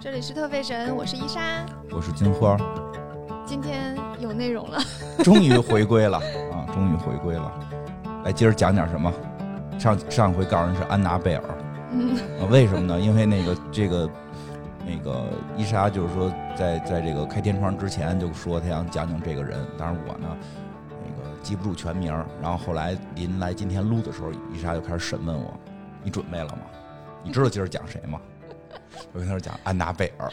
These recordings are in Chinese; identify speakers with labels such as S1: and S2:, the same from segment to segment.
S1: 这里是特费神，我是依珊，
S2: 我是金花，
S1: 今天有内容 了。
S2: 终于回归了啊，终于回归了。来，今儿讲点什么？上上回告诉人是安娜贝尔，
S1: 嗯，
S2: 啊为什么呢？因为那个这个那个伊莎就是说在在这个开天窗之前就说她想讲讲这个人，但是我呢那个记不住全名儿，然后后来临来今天录的时候，伊莎就开始审问我：“你准备了吗？你知道今儿讲谁吗？”我跟她说讲安娜贝尔，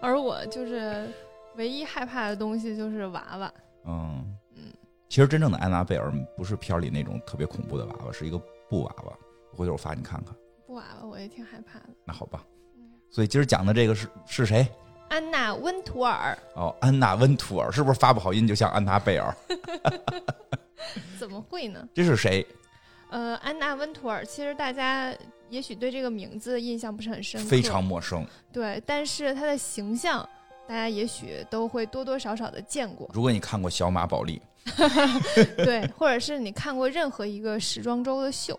S1: 而我就是唯一害怕的东西就是娃娃，
S2: 嗯
S1: 嗯，
S2: 其实真正的安娜贝尔不是片儿里那种特别恐怖的娃娃，是一个布娃娃。回头我发你看看。
S1: 布娃娃我也挺害怕的。
S2: 那好吧
S1: 嗯，
S2: 所以今儿讲的这个是是谁？
S1: 安娜温图尔
S2: 哦，安娜温图尔是不是发不好音就像安娜贝尔？
S1: 怎么会呢？
S2: 这是谁？
S1: 呃，安娜温图尔，其实大家也许对这个名字印象不是很深刻，
S2: 非常陌生。，
S1: 对，但是她的形象，大家也许都会多多少少的见过
S2: 如果你看过《小马宝莉
S1: 对，或者是你看过任何一个时装周的秀，》，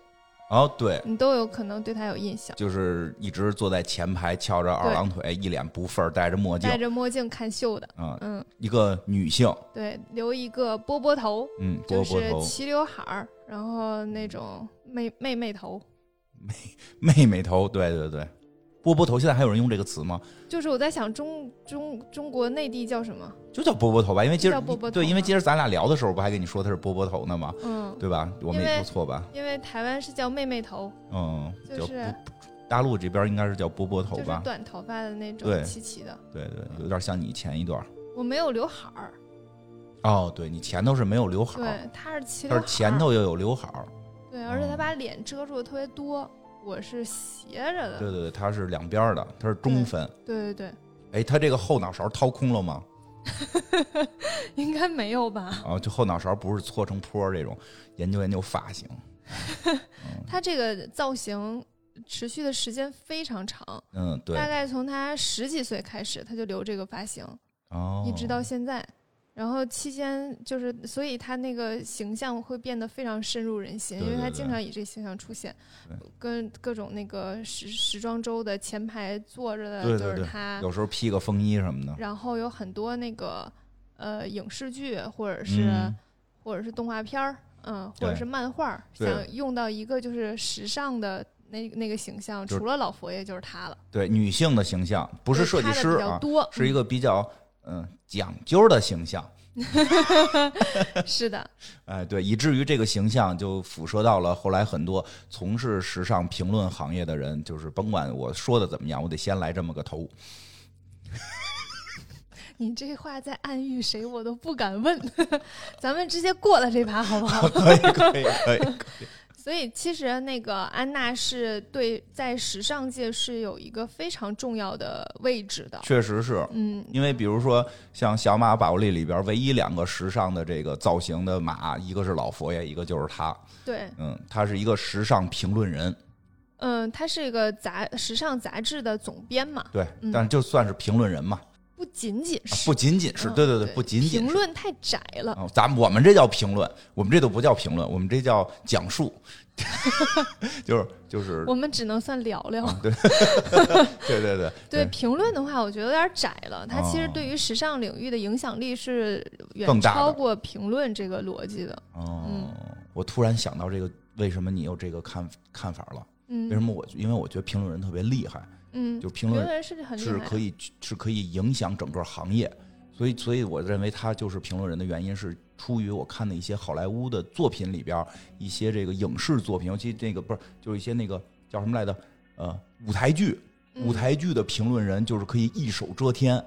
S2: 哦，对，
S1: 你都有可能对她有印象。
S2: 就是一直坐在前排，翘着二郎腿，一脸不忿儿，戴着墨镜
S1: 戴，着墨镜看秀的，
S2: 嗯，
S1: 嗯，
S2: 一个女性，
S1: 对，留一个波波头，
S2: 嗯，
S1: 就
S2: 波波
S1: 是
S2: 头，
S1: 齐刘海儿，然后那种妹妹妹头，
S2: 妹妹头，对对对，波波头，现在还有人用这个词吗？
S1: 就是我在想中中中国内地叫什么？
S2: 就叫波波头吧，因为今儿
S1: 就叫波波头啊
S2: 对，因为
S1: 吗
S2: 今儿咱俩聊的时候，不还跟你说他是波波头呢吗？
S1: 嗯，
S2: 对吧？我们
S1: 因
S2: 也
S1: 为
S2: 不错吧？
S1: 因为台湾是叫妹妹头，
S2: 嗯，
S1: 就
S2: 叫
S1: 是
S2: 大陆这边应该是叫波波头
S1: 就是
S2: 吧？
S1: 短头发的那
S2: 对
S1: 种齐齐的。
S2: 对对，有点像你前一段。
S1: 我没有刘海儿，
S2: 哦，对你前头是没有刘海儿，
S1: 对，他是齐刘
S2: 但
S1: 海
S2: 是
S1: 儿，
S2: 前头又有刘海儿。
S1: 对，而且他
S2: 嗯
S1: 把脸遮住的特别多，我是斜着的，
S2: 对对对，它是两边儿的，它是中分。
S1: 对对对，
S2: 哎，它这个后脑勺掏空了吗？
S1: 应该没有吧？
S2: 啊，就后脑勺不是搓成坡儿这种，研究研究发型。嗯
S1: 他这个造型持续的时间非常长，
S2: 嗯，对
S1: 大。概从他十几岁开始，他就留这个发型，
S2: 哦，
S1: 一直到现在。然后期间就是，所以他那个形象会变得非常深入人心，
S2: 对
S1: 因为他
S2: 对对
S1: 经常以这个形象出现
S2: 对，
S1: 跟各种那个时时装周的前排坐着的
S2: 对对
S1: 就是
S2: 对
S1: 他，
S2: 有时候披个风衣什么的。
S1: 然后有很多那个呃影视剧或者是、
S2: 嗯
S1: 或者是动画片儿，嗯，或者
S2: 对
S1: 是漫画儿，
S2: 对
S1: 想用到一个就是时尚的那那个形象，
S2: 就是
S1: 除了老佛爷就是他了，
S2: 对女性的形象，不
S1: 不
S2: 是设计师
S1: 比
S2: 啊
S1: 较，多，
S2: 是一个比较嗯讲究的形象，
S1: 嗯是的，
S2: 哎，对，以至于这个形象就辐射到了后来很多从事时尚评论行业的人，就是甭管我说的怎么样，我得先来这么个 头。
S1: 你这话在暗喻谁，我都不敢问， 咱们直接过了这把好不好？
S2: 可以，可以，可以。
S1: 所以其实那个安娜是对在时尚界是有一个非常重要的位置的，
S2: 确实是
S1: 嗯，
S2: 因为，比如说像小马宝莉里边唯一两个时尚的这个造型的马，一个是老佛爷，一个就是他。
S1: 对，
S2: 嗯，他是一个时尚评论人，
S1: 嗯，他是一个杂时尚杂志的总编嘛，
S2: 对
S1: 嗯，
S2: 但是就算是评论人嘛，
S1: 不仅仅
S2: 啊
S1: 是、
S2: 不仅仅是
S1: 嗯
S2: 对对对，不仅仅
S1: 评
S2: 是
S1: 论太窄了，
S2: 啊、咱们我们这叫评论，我们这都不叫评论，我们这叫讲 述，就是就是，
S1: 我们只能算聊聊。
S2: 啊对对对 对
S1: 对评论的话，我觉得有点窄了。它其实
S2: 哦
S1: 对于时尚领域的影响力是远
S2: 更大的
S1: 超过评论这个逻辑的。
S2: 哦、
S1: 嗯
S2: 我突然想到这个，为什么你有这个看看法了？为什
S1: 嗯
S2: 么我？因为我觉得评论人特别厉害，
S1: 嗯，
S2: 就评
S1: 评
S2: 论
S1: 论是很厉
S2: 是
S1: 害
S2: 可
S1: 的。
S2: 以是可以影响整个行业，所以所以我认为他就是评论人的原因是出于我看的一些好莱坞的作品里边儿一些这个影视作品，尤其那个不是就是一些那个叫什么来着？呃，舞台剧，
S1: 嗯
S2: 舞台剧的评论人就是可以一手遮天。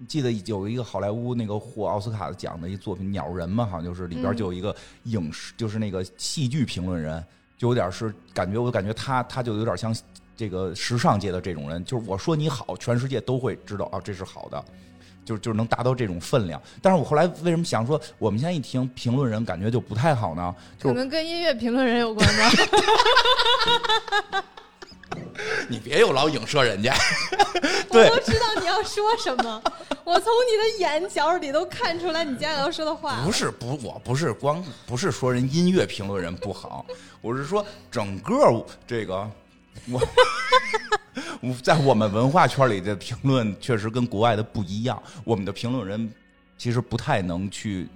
S2: 你记得有一个好莱坞那个获奥斯卡奖的一作品《鸟人》嘛，好像就是里边
S1: 嗯
S2: 就有一个影视，就是那个戏剧评论人，就有点是感觉我感觉他他就有点像这个时尚界的这种人，就是我说你好，全世界都会知道啊，这是好的。就就是能达到这种分量，但是我后来为什么想说，我们现在一听评论人，感觉就不太好呢？就
S1: 可能跟音乐评论人有关吧。
S2: 你别又老影射人家，
S1: 我
S2: 对
S1: 都知道你要说什么，我从你的眼角里都看出来你接下来要说的话
S2: 不
S1: 了。
S2: 是不，我不是光不是说人音乐评论人不好，我是说整个这个我在我们文化圈里的评论确实跟国外的不一样，我们的评论人其实不太能去，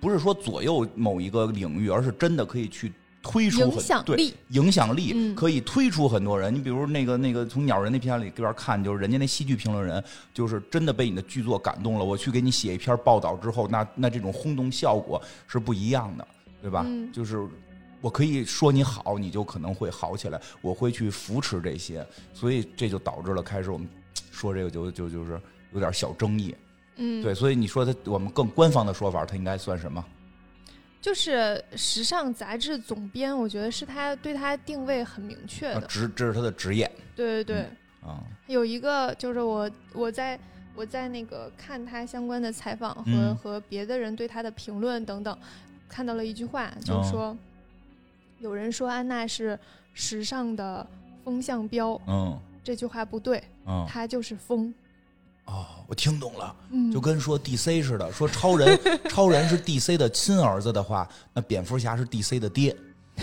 S2: 不是说左右某一个领域，而是真的可以去推出很
S1: 影响
S2: 对
S1: 力
S2: 影响力、
S1: 嗯
S2: 可以推出很多人。你比如那个那个从鸟人那篇里边看，就是人家那戏剧评论人，就是真的被你的剧作感动了。我去给你写一篇报道之后，那那这种轰动效果是不一样的，对吧？
S1: 嗯
S2: 就是我可以说你好，你就可能会好起来。我会去扶持这些，所以这就导致了开始我们说这个就就就是有点小争议。
S1: 嗯，
S2: 对，所以你说它我们更官方的说法，它应该算什么？
S1: 就是时尚杂志总编，我觉得是他对他定位很明确
S2: 啊
S1: 的。
S2: 职这是他的职业
S1: 对对对，
S2: 嗯啊，
S1: 有一个就是我我在我在那个看他相关的采访和、
S2: 嗯
S1: 和别的人对他的评论等等，看到了一句话，
S2: 哦
S1: 就是说，有人说安娜是时尚的风向标，
S2: 嗯
S1: 这句话不对，
S2: 嗯
S1: 她就是风。
S2: 哦，我听懂了，
S1: 嗯，
S2: 就跟说 DC 似的，说 超人超人是 DC 的亲儿子的话，那蝙蝠侠是 DC 的爹。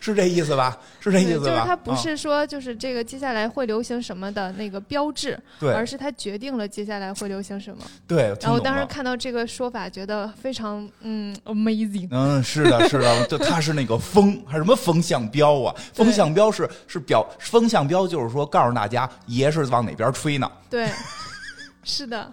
S2: 是这意思吧？是这
S1: 对
S2: 意思吧？
S1: 就是它不
S2: 啊
S1: 是说就是这个接下来会流行什么的那个标志，
S2: 对
S1: 而是它决定了接下来会流行什么。
S2: 对，听
S1: 然后
S2: 懂
S1: 当时
S2: 了
S1: 看到这个说法，觉得非常嗯 amazing。
S2: 嗯，是的，是的， 就它是那个风，还是什么风向标啊？
S1: 对
S2: 风向标是是表，风向标就是说告诉大家爷是往哪边吹呢，
S1: 对， 是的，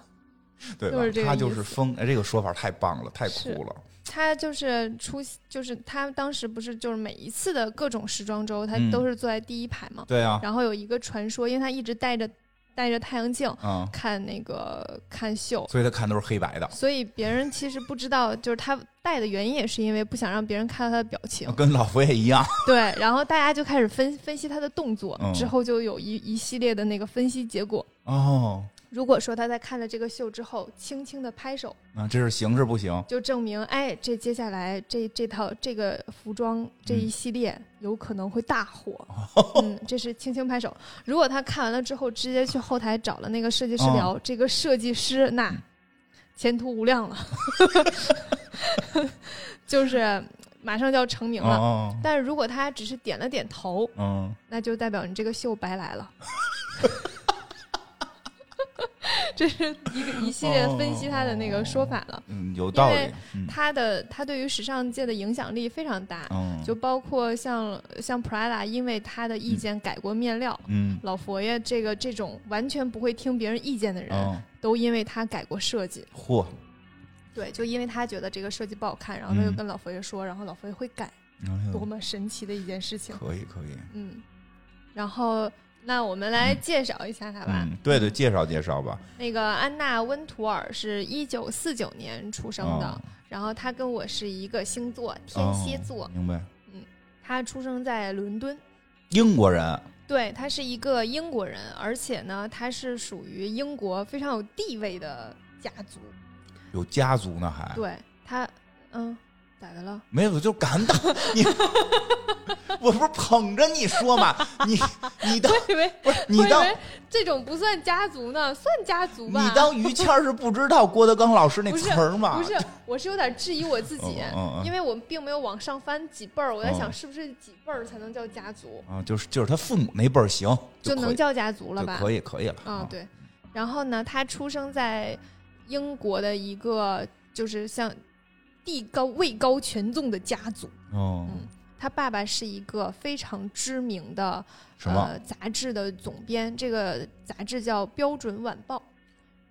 S2: 对吧？
S1: 就是这个
S2: 它
S1: 意
S2: 就是
S1: 思
S2: 风，哎，这个说法太棒了，太酷了，
S1: 他就是出，就是他当时不是就是每一次的各种时装周，他
S2: 嗯
S1: 都是坐在第一排嘛。
S2: 对啊，
S1: 然后有一个传说，因为他一直戴着戴着太阳镜
S2: 嗯，
S1: 看那个看秀，
S2: 所以他看都是黑白的，
S1: 所以别人其实不知道，就是他戴的原因也是因为不想让别人看到他的表情。
S2: 跟老佛爷一样，
S1: 对，然后大家就开始分分析他的动作，
S2: 嗯
S1: 之后就有一一系列的那个分析结果。
S2: 哦，
S1: 如果说他在看了这个秀之后，轻轻的拍手，
S2: 那这是行是不行？
S1: 就证明，哎，这接下来这这套这个服装这一系列有可能会大火。嗯，这是轻轻拍手。如果他看完了之后，直接去后台找了那个设计师聊，这个设计师那前途无量了，就是马上就要成名
S2: 哦
S1: 了。
S2: 哦，
S1: 但是如果他只是点了点头，
S2: 嗯，
S1: 那就代表你这个秀白来了。这是一个一系列分析他的那个说法了。
S2: 嗯，有道
S1: 因
S2: 理
S1: 为，
S2: 嗯
S1: 他的他对于时尚界的影响力非常大，
S2: 嗯，
S1: 就包括像像 Prada，因为他的意见改过面料。
S2: 嗯
S1: 老佛爷这个这种完全不会听别人意见的人，
S2: 嗯，
S1: 都因为他改过设计，
S2: 嚯，
S1: 对，就因为他觉得这个设计不好看，然后他就
S2: 嗯
S1: 跟老佛爷说，然后老佛爷会改，
S2: 哎呦
S1: 多么神奇的一件事情。
S2: 可以可以，
S1: 嗯，然后那我们来介绍一下他吧。
S2: 嗯，对对，介绍介绍吧，
S1: 那个安娜·温图尔是一九四九年出生的，
S2: 哦
S1: 然后她跟我是一个星座天蝎座
S2: 哦，明白？
S1: 她出生在伦敦。
S2: 英国人，
S1: 对，她是一个英国人，而且呢，她是属于英国非常有地位的家族。
S2: 有家族呢还。
S1: 对她，嗯，咋的 了？
S2: 没有，我就敢打你。 我不是捧着你说嘛，你你当
S1: 我以为
S2: 不是你
S1: 我以
S2: 当
S1: 为这种不算家族呢，算家族吧？
S2: 你当于谦儿是不知道郭德纲老师那
S1: 不是
S2: 词儿吗？
S1: 不是，我是有点质疑我自己，
S2: 嗯嗯嗯
S1: 因为我并没有往上翻几辈儿，我在
S2: 嗯
S1: 想是不是几辈儿才能叫家族，
S2: 啊，就是就是他父母那辈儿行，
S1: 就
S2: 就可
S1: 能
S2: 以
S1: 叫家族了
S2: 就
S1: 吧？
S2: 可以可以了
S1: 啊，，对。然后呢，他出生在英国的一个就是像地高位高权重的家族，
S2: 哦，
S1: 嗯他爸爸是一个非常知名的
S2: 什么
S1: 呃杂志的总编，这个杂志叫《标准晚报》。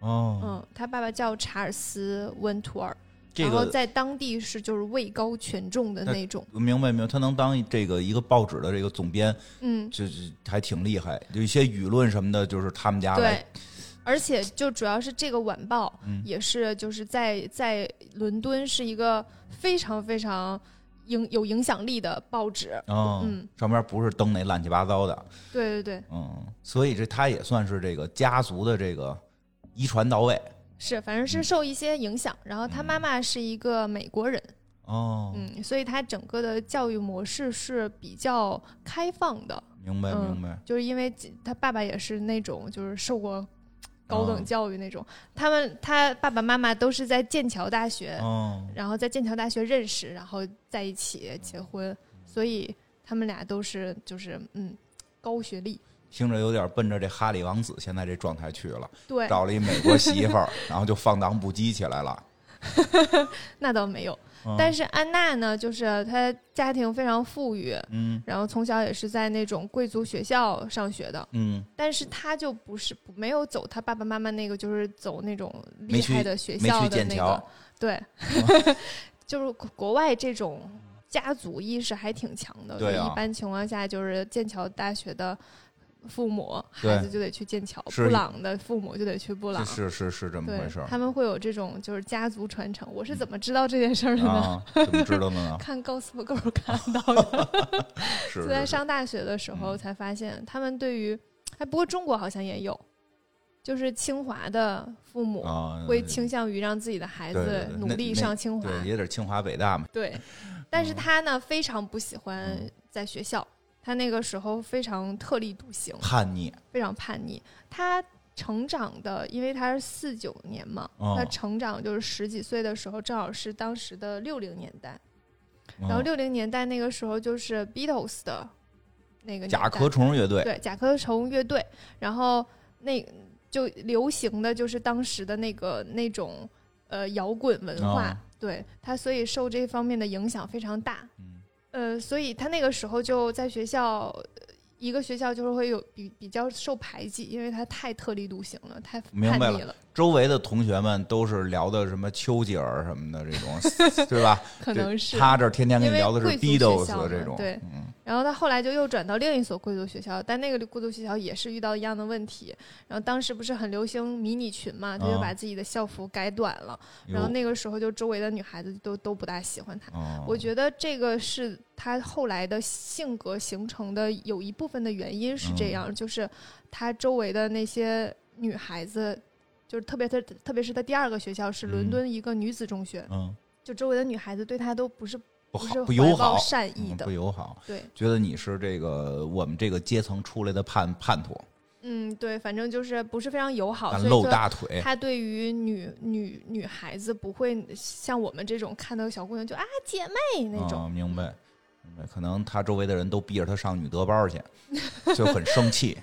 S2: 哦，
S1: 嗯，他爸爸叫查尔斯·温图尔。
S2: 这
S1: 然后
S2: 个
S1: 在当地是就是位高权重的那种，
S2: 我明白明白，他能当这个一个报纸的这个总编，
S1: 嗯，
S2: 就是还挺厉害，有一些舆论什么的，就是他们家来
S1: 对，而且就主要是这个晚报、
S2: 嗯
S1: 也是就是在在伦敦是一个非常非常影有影响力的报纸，
S2: 哦
S1: 嗯，
S2: 上面不是登那乱七八糟的，
S1: 对对对，
S2: 嗯，所以这他也算是这个家族的这个遗传到位
S1: 是反正
S2: 嗯
S1: 是受一些影响。然后他妈妈是一个美国人，
S2: 哦，
S1: 嗯所以他整个的教育模式是比较开放的，
S2: 明白
S1: 嗯
S2: 明白，
S1: 就是因为他爸爸也是那种就是受过高
S2: 哦
S1: 等教育那种，他们他爸爸妈妈都是在剑桥大学，
S2: 哦，
S1: 然后在剑桥大学认识，然后在一起结婚，所以他他们俩都是就是嗯高学历，
S2: 听着有点奔着这哈里王子现在这状态去了，
S1: 对，
S2: 找了一美国媳妇儿，然后就放荡不羁起来了。
S1: 那倒没有。
S2: 嗯
S1: 但是安娜呢，就是她家庭非常富裕，
S2: 嗯
S1: 然后从小也是在那种贵族学校上学的，
S2: 嗯，
S1: 但是她就不是没有走她爸爸妈妈那个，就是走那种
S2: 没
S1: 厉
S2: 去
S1: 害的学
S2: 没
S1: 校
S2: 去
S1: 的
S2: 剑
S1: 那
S2: 桥
S1: 个，，对， 就是国国外这种家族意识还挺强的，
S2: 对啊
S1: 就一般情况下就是剑桥大学的。父母
S2: 对
S1: 孩子就得去剑桥，
S2: 是
S1: 布朗的父母就得去布朗，
S2: 是是是是这么
S1: 对
S2: 回事儿嗯
S1: 他们会有这种就是家族传承。我是怎么知道这件事儿的呢？
S2: 啊？怎么知道的 呢？
S1: 看 Gospel Girl 看到的，
S2: 是
S1: 就在
S2: 是是，
S1: 上大学的时候
S2: 嗯
S1: 才发现，他们对于，哎，不过中国好像也有，就是清华的父母
S2: 啊，
S1: 会倾向于让自己的孩
S2: 对对
S1: 子
S2: 对
S1: 努
S2: 那
S1: 力
S2: 那
S1: 上清华，
S2: 对，也得清华北大嘛。
S1: 对，但是他呢非常不喜欢
S2: 嗯
S1: 在学校，他那个时候非常特立独行，
S2: 叛逆，
S1: 非常叛逆。他成长的，因为他是四九年嘛，
S2: 哦
S1: 他成长就是十几岁的时候，正好是当时的六零年代。
S2: 嗯
S1: 然后六零年代那个时候就是 Beatles 的那个年
S2: 甲
S1: 代
S2: 壳虫乐队，
S1: 对甲壳虫乐队，然后那就流行的就是当时的那个那种呃摇滚文化，
S2: 哦
S1: 对他所以受这方面的影响非常大，
S2: 嗯
S1: 呃，所以他那个时候就在学校。呃一个学校就是会有比比较受排挤，因为他太特立独行了，太
S2: 明白
S1: 叛逆
S2: 了
S1: 了，
S2: 周围的同学们都是聊的什么丘吉尔什么的这种，对吧？
S1: 可能
S2: 这
S1: 是。
S2: 他这儿天天跟
S1: 因
S2: 你
S1: 为
S2: 聊的是
S1: 贵族学
S2: Beatles
S1: 校嘛
S2: 这种，
S1: 对
S2: 嗯，
S1: 然后他后来就又转到另一所贵族学校，但那个贵族学校也是遇到一样的问题。然后当时不是很流行迷你裙嘛，他就
S2: 啊
S1: 把自己的校服改短了。然后那个时候就周围的女孩子都都不大喜欢他。
S2: 那
S1: 我觉得这个是他后来的性格形成的有一部分的原因是
S2: 嗯
S1: 这样，就是他周围的那些女孩子，就是特别特特别是他第二个学校是伦
S2: 嗯
S1: 敦一个女子中学，
S2: 嗯
S1: 就周围的女孩子对他都不是
S2: 不
S1: 是
S2: 好不友
S1: 怀抱
S2: 好，
S1: 善意
S2: 嗯
S1: 的
S2: 不，友好，
S1: 对。
S2: 觉得你是这个我们这个阶层出来的叛叛徒，
S1: 嗯，对，反正就是不是非常友好，哦
S2: 但
S1: 所以
S2: 露
S1: 说
S2: 大腿，
S1: 他对于女女女孩子不会像我们这种看到小姑娘就啊姐妹那种，
S2: 嗯，明白。明白可能他周围的人都逼着他上女德班去，就很生气。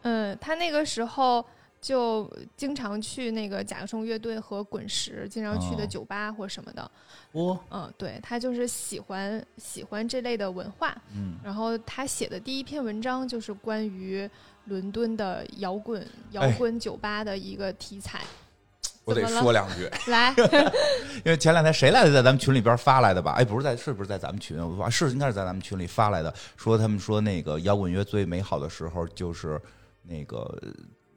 S1: 嗯，他那个时候就经常去那个甲壳虫乐队和滚石经常去的
S2: 哦
S1: 酒吧或什么的。
S2: 哦，
S1: 嗯，对他就是喜欢喜欢这类的文化。
S2: 嗯，
S1: 然后他写的第一篇文章就是关于伦敦的摇滚摇
S2: 哎
S1: 滚酒吧的一个题材。
S2: 我得
S1: 怎么了
S2: 说两句，
S1: 来，
S2: 因为前两天谁来的在咱们群里边发来的吧？哎，不是在，是不是在咱们群？我忘是应该是在咱们群里发来的，说他们说那个摇滚乐最美好的时候就是那个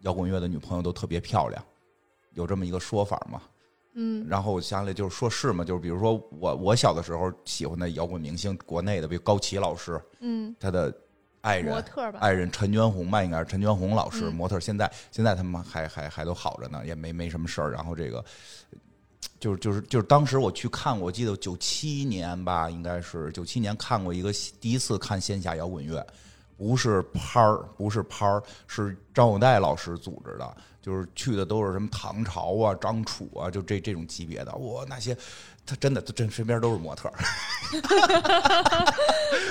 S2: 摇滚乐的女朋友都特别漂亮，有这么一个说法嘛？
S1: 嗯，
S2: 然后我想起来就是说是嘛，就是比如说我我小的时候喜欢的摇滚明星，国内的，比如高旗老师，
S1: 嗯，
S2: 他的爱
S1: 模
S2: 人。
S1: 特儿吧，
S2: 爱人陈娟红吧，应该是陈娟红老师，
S1: 嗯
S2: 模特儿。现在现在他们还还还都好着呢，也没没什么事儿。然后这个就是就是就是当时我去看，我记得九七年吧，应该是九七年看过一个第一次看线下摇滚乐，不是拍儿，不是拍儿，是张友代老师组织的，就是去的都是什么唐朝啊、张楚啊，就这这种级别的。哇，那些他真的他真身边都是模特儿。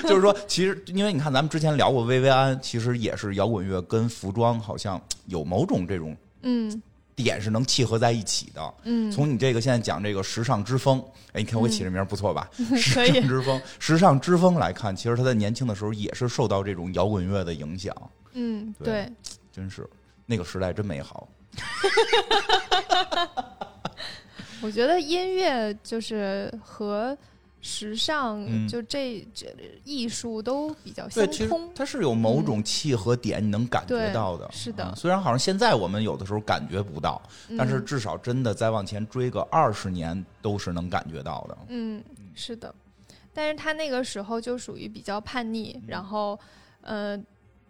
S2: 就是说，其实因为你看，咱们之前聊过薇薇安，其实也是摇滚乐跟服装好像有某种这种
S1: 嗯
S2: 点是能契合在一起的。
S1: 嗯，
S2: 从你这个现在讲这个时尚之风，哎，你看我起这名儿不错 吧？
S1: 可
S2: 时
S1: 以
S2: 尚之风，时尚之风来看，其实他在年轻的时候也是受到这种摇滚乐的影响，
S1: 嗯，
S2: 对
S1: 对，
S2: 真是那个时代真美好。
S1: 我觉得音乐就是和时尚
S2: 嗯，
S1: 就这这艺术都比较相
S2: 对，其实
S1: 通。嗯
S2: 它是有某种契合点，你能感觉到的。
S1: 对是的
S2: 嗯虽然好像现在我们有的时候感觉不到，
S1: 嗯
S2: 但是至少真的再往前追个二十年，都是能感觉到的。
S1: 嗯，嗯是的。但是他那个时候就属于比较叛逆，
S2: 嗯
S1: 然后，呃，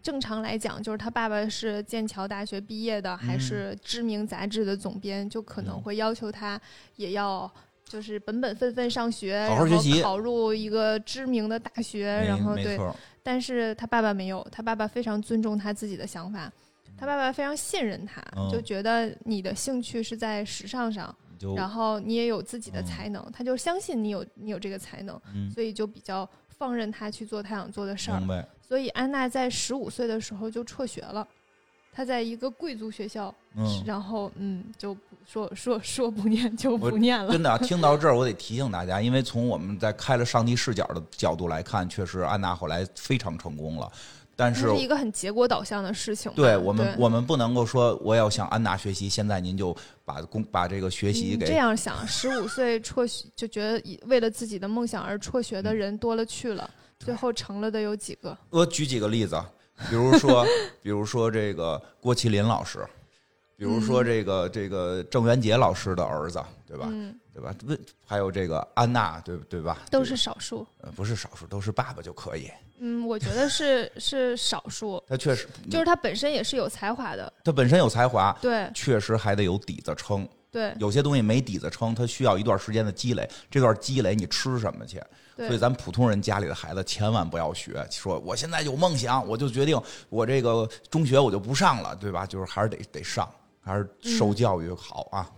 S1: 正常来讲，就是他爸爸是剑桥大学毕业的，还是知名杂志的总编，就可能
S2: 嗯
S1: 会要求他也要。就是本本分分上学，
S2: 好好
S1: 然后
S2: 学习
S1: 考入一个知名的大学，
S2: 没
S1: 呃然后
S2: 没
S1: 对
S2: 错儿，
S1: 但是他爸爸没有，他爸爸非常尊重他自己的想法，他爸爸非常信任他，
S2: 嗯
S1: 就觉得你的兴趣是在时尚上，
S2: 你就
S1: 然后你也有自己的
S2: 嗯
S1: 才能，他就相信你有你有这个才能，
S2: 嗯
S1: 所以就比较放任他去做他想做的事儿
S2: 明。白，
S1: 所以安娜在十五岁的时候就辍学了，她在一个贵族学校，
S2: 嗯，
S1: 然后嗯，就不说说说不念就
S2: 我
S1: 不念了。
S2: 真的啊，听到这儿，我得提醒大家，因为从我们在开了上帝视角的角度来看，确实安娜后来非常成功了。但
S1: 这
S2: 是
S1: 是一个很结果导向的事情嘛。
S2: 对我们，
S1: 对
S2: 我们不能够说我要向安娜学习，现在您就把工把这个学习
S1: 你嗯
S2: 给
S1: 这样想，十五岁辍学就觉得以为了自己的梦想而辍学
S2: 嗯
S1: 的人多了去了，最后成了的有几个？
S2: 我举几个例子，啊比如说，比如说这个郭麒麟老师，比如说这个、这个郑渊洁老师的儿子，对吧？
S1: 嗯，
S2: 对吧？问还有这个安娜，对对吧？
S1: 都是少数。
S2: 呃不是少数，都是爸爸就可以。
S1: 嗯，我觉得是是少数，
S2: 他确实，
S1: 就是他本身也是有才华的。
S2: 他本身有才华，
S1: 对
S2: 确实还得有底子撑。
S1: 对
S2: 有些东西没底子撑，它需要一段时间的积累。这段积累你吃什么去？所以
S1: 对，
S2: 咱普通人家里的孩子千万不要学，说我现在有梦想，我就决定我这个中学我就不上了，对吧？就是还是得得上，还是受教育好啊。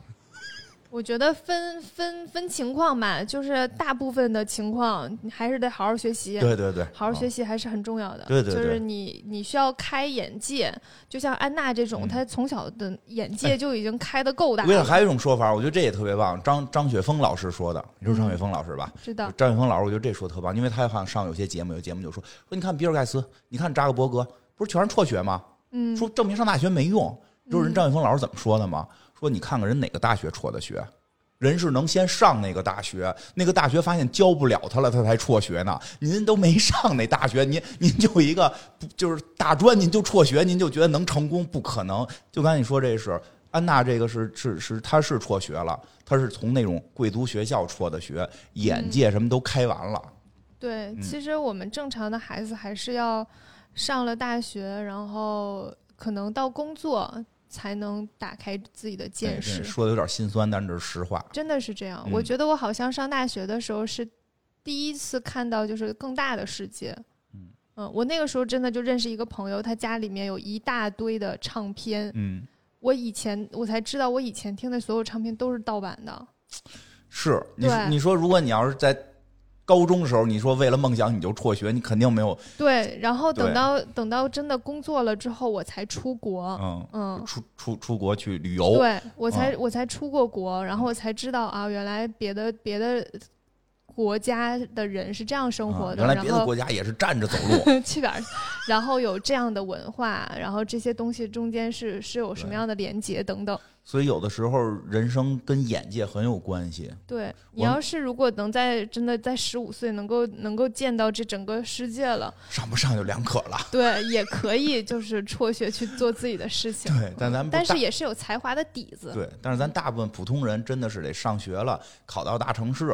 S1: 我觉得分分分情况吧，就是大部分的情况你还是得好好学习。
S2: 对对对，
S1: 好好学
S2: 习。
S1: 习还是很重要的，
S2: 对对对
S1: 就是你你需要开眼界，就像安娜这种，
S2: 嗯
S1: 她从小的眼 界就已经开得够大
S2: 为了
S1: 了，
S2: 还有一种说法，我觉得这也特别棒。张张雪峰老师说的，你就是张雪峰老师吧？
S1: 知道？
S2: 张雪峰老师，我觉得这说得特棒，因为他好像上有些节目，有节目就说说你看比尔盖茨，你看扎克伯格，不是全是辍学吗？
S1: 嗯，
S2: 说证明上大学没用。你知道人张雪峰老师怎么说的吗？说你看看人哪个大学辍的学，人是能先上那个大学，那个大学发现教不了他了，他才辍学呢。您都没上那大学，您您就一个不就是大专，您就辍学，您就觉得能成功？不可能。就刚才你说这是安娜，这个是是是，她是辍学了，她是从那种贵族学校辍的学，
S1: 嗯
S2: 眼界什么都开完了。
S1: 对，
S2: 嗯
S1: 其实我们正常的孩子还是要上了大学，然后可能到工作才能打开自己的
S2: 对
S1: 见
S2: 真是
S1: 识，
S2: 哎说的有点心酸，但这是实话。
S1: 真的是这样。
S2: 嗯
S1: 我觉得我好像上大学的时候是第一次看到就是更大的世界。
S2: 嗯
S1: 嗯，我那个时候真的就认识一个朋友，他家里面有一大堆的唱片，
S2: 嗯。
S1: 我以前我才知道，我以前听的所有唱片都是盗版的。
S2: 是，你说
S1: 对
S2: 你说，如果你要是在高中的时候，你说为了梦想你就辍学，你肯定没有，
S1: 对，然后
S2: 对
S1: 等到等到真的工作了之后，我才出国。
S2: 嗯，
S1: 嗯，
S2: 出出出国去旅游，啊
S1: 对我才、我才出过国，然后我才知道啊，原来别的别的国家的人是这样生活的，
S2: 嗯原来
S1: 然
S2: 别的
S1: 后
S2: 国家也是站着走路，
S1: 去哪儿，然后有这样的文化，然后这些东西中间是是有什么
S2: 对
S1: 样的连结等等。
S2: 所以有的时候人生跟眼界很有关系。
S1: 对你
S2: 我
S1: 要是如果能在真的在十五岁能够能够见到这整个世界了，
S2: 上不上就两可了。
S1: 对，也可以就是辍学去做自己的事情。
S2: 对但咱不
S1: 但
S2: 大
S1: 是也是有才华的底子。
S2: 对，但是咱大部分普通人真的是得上学了，考到大城市，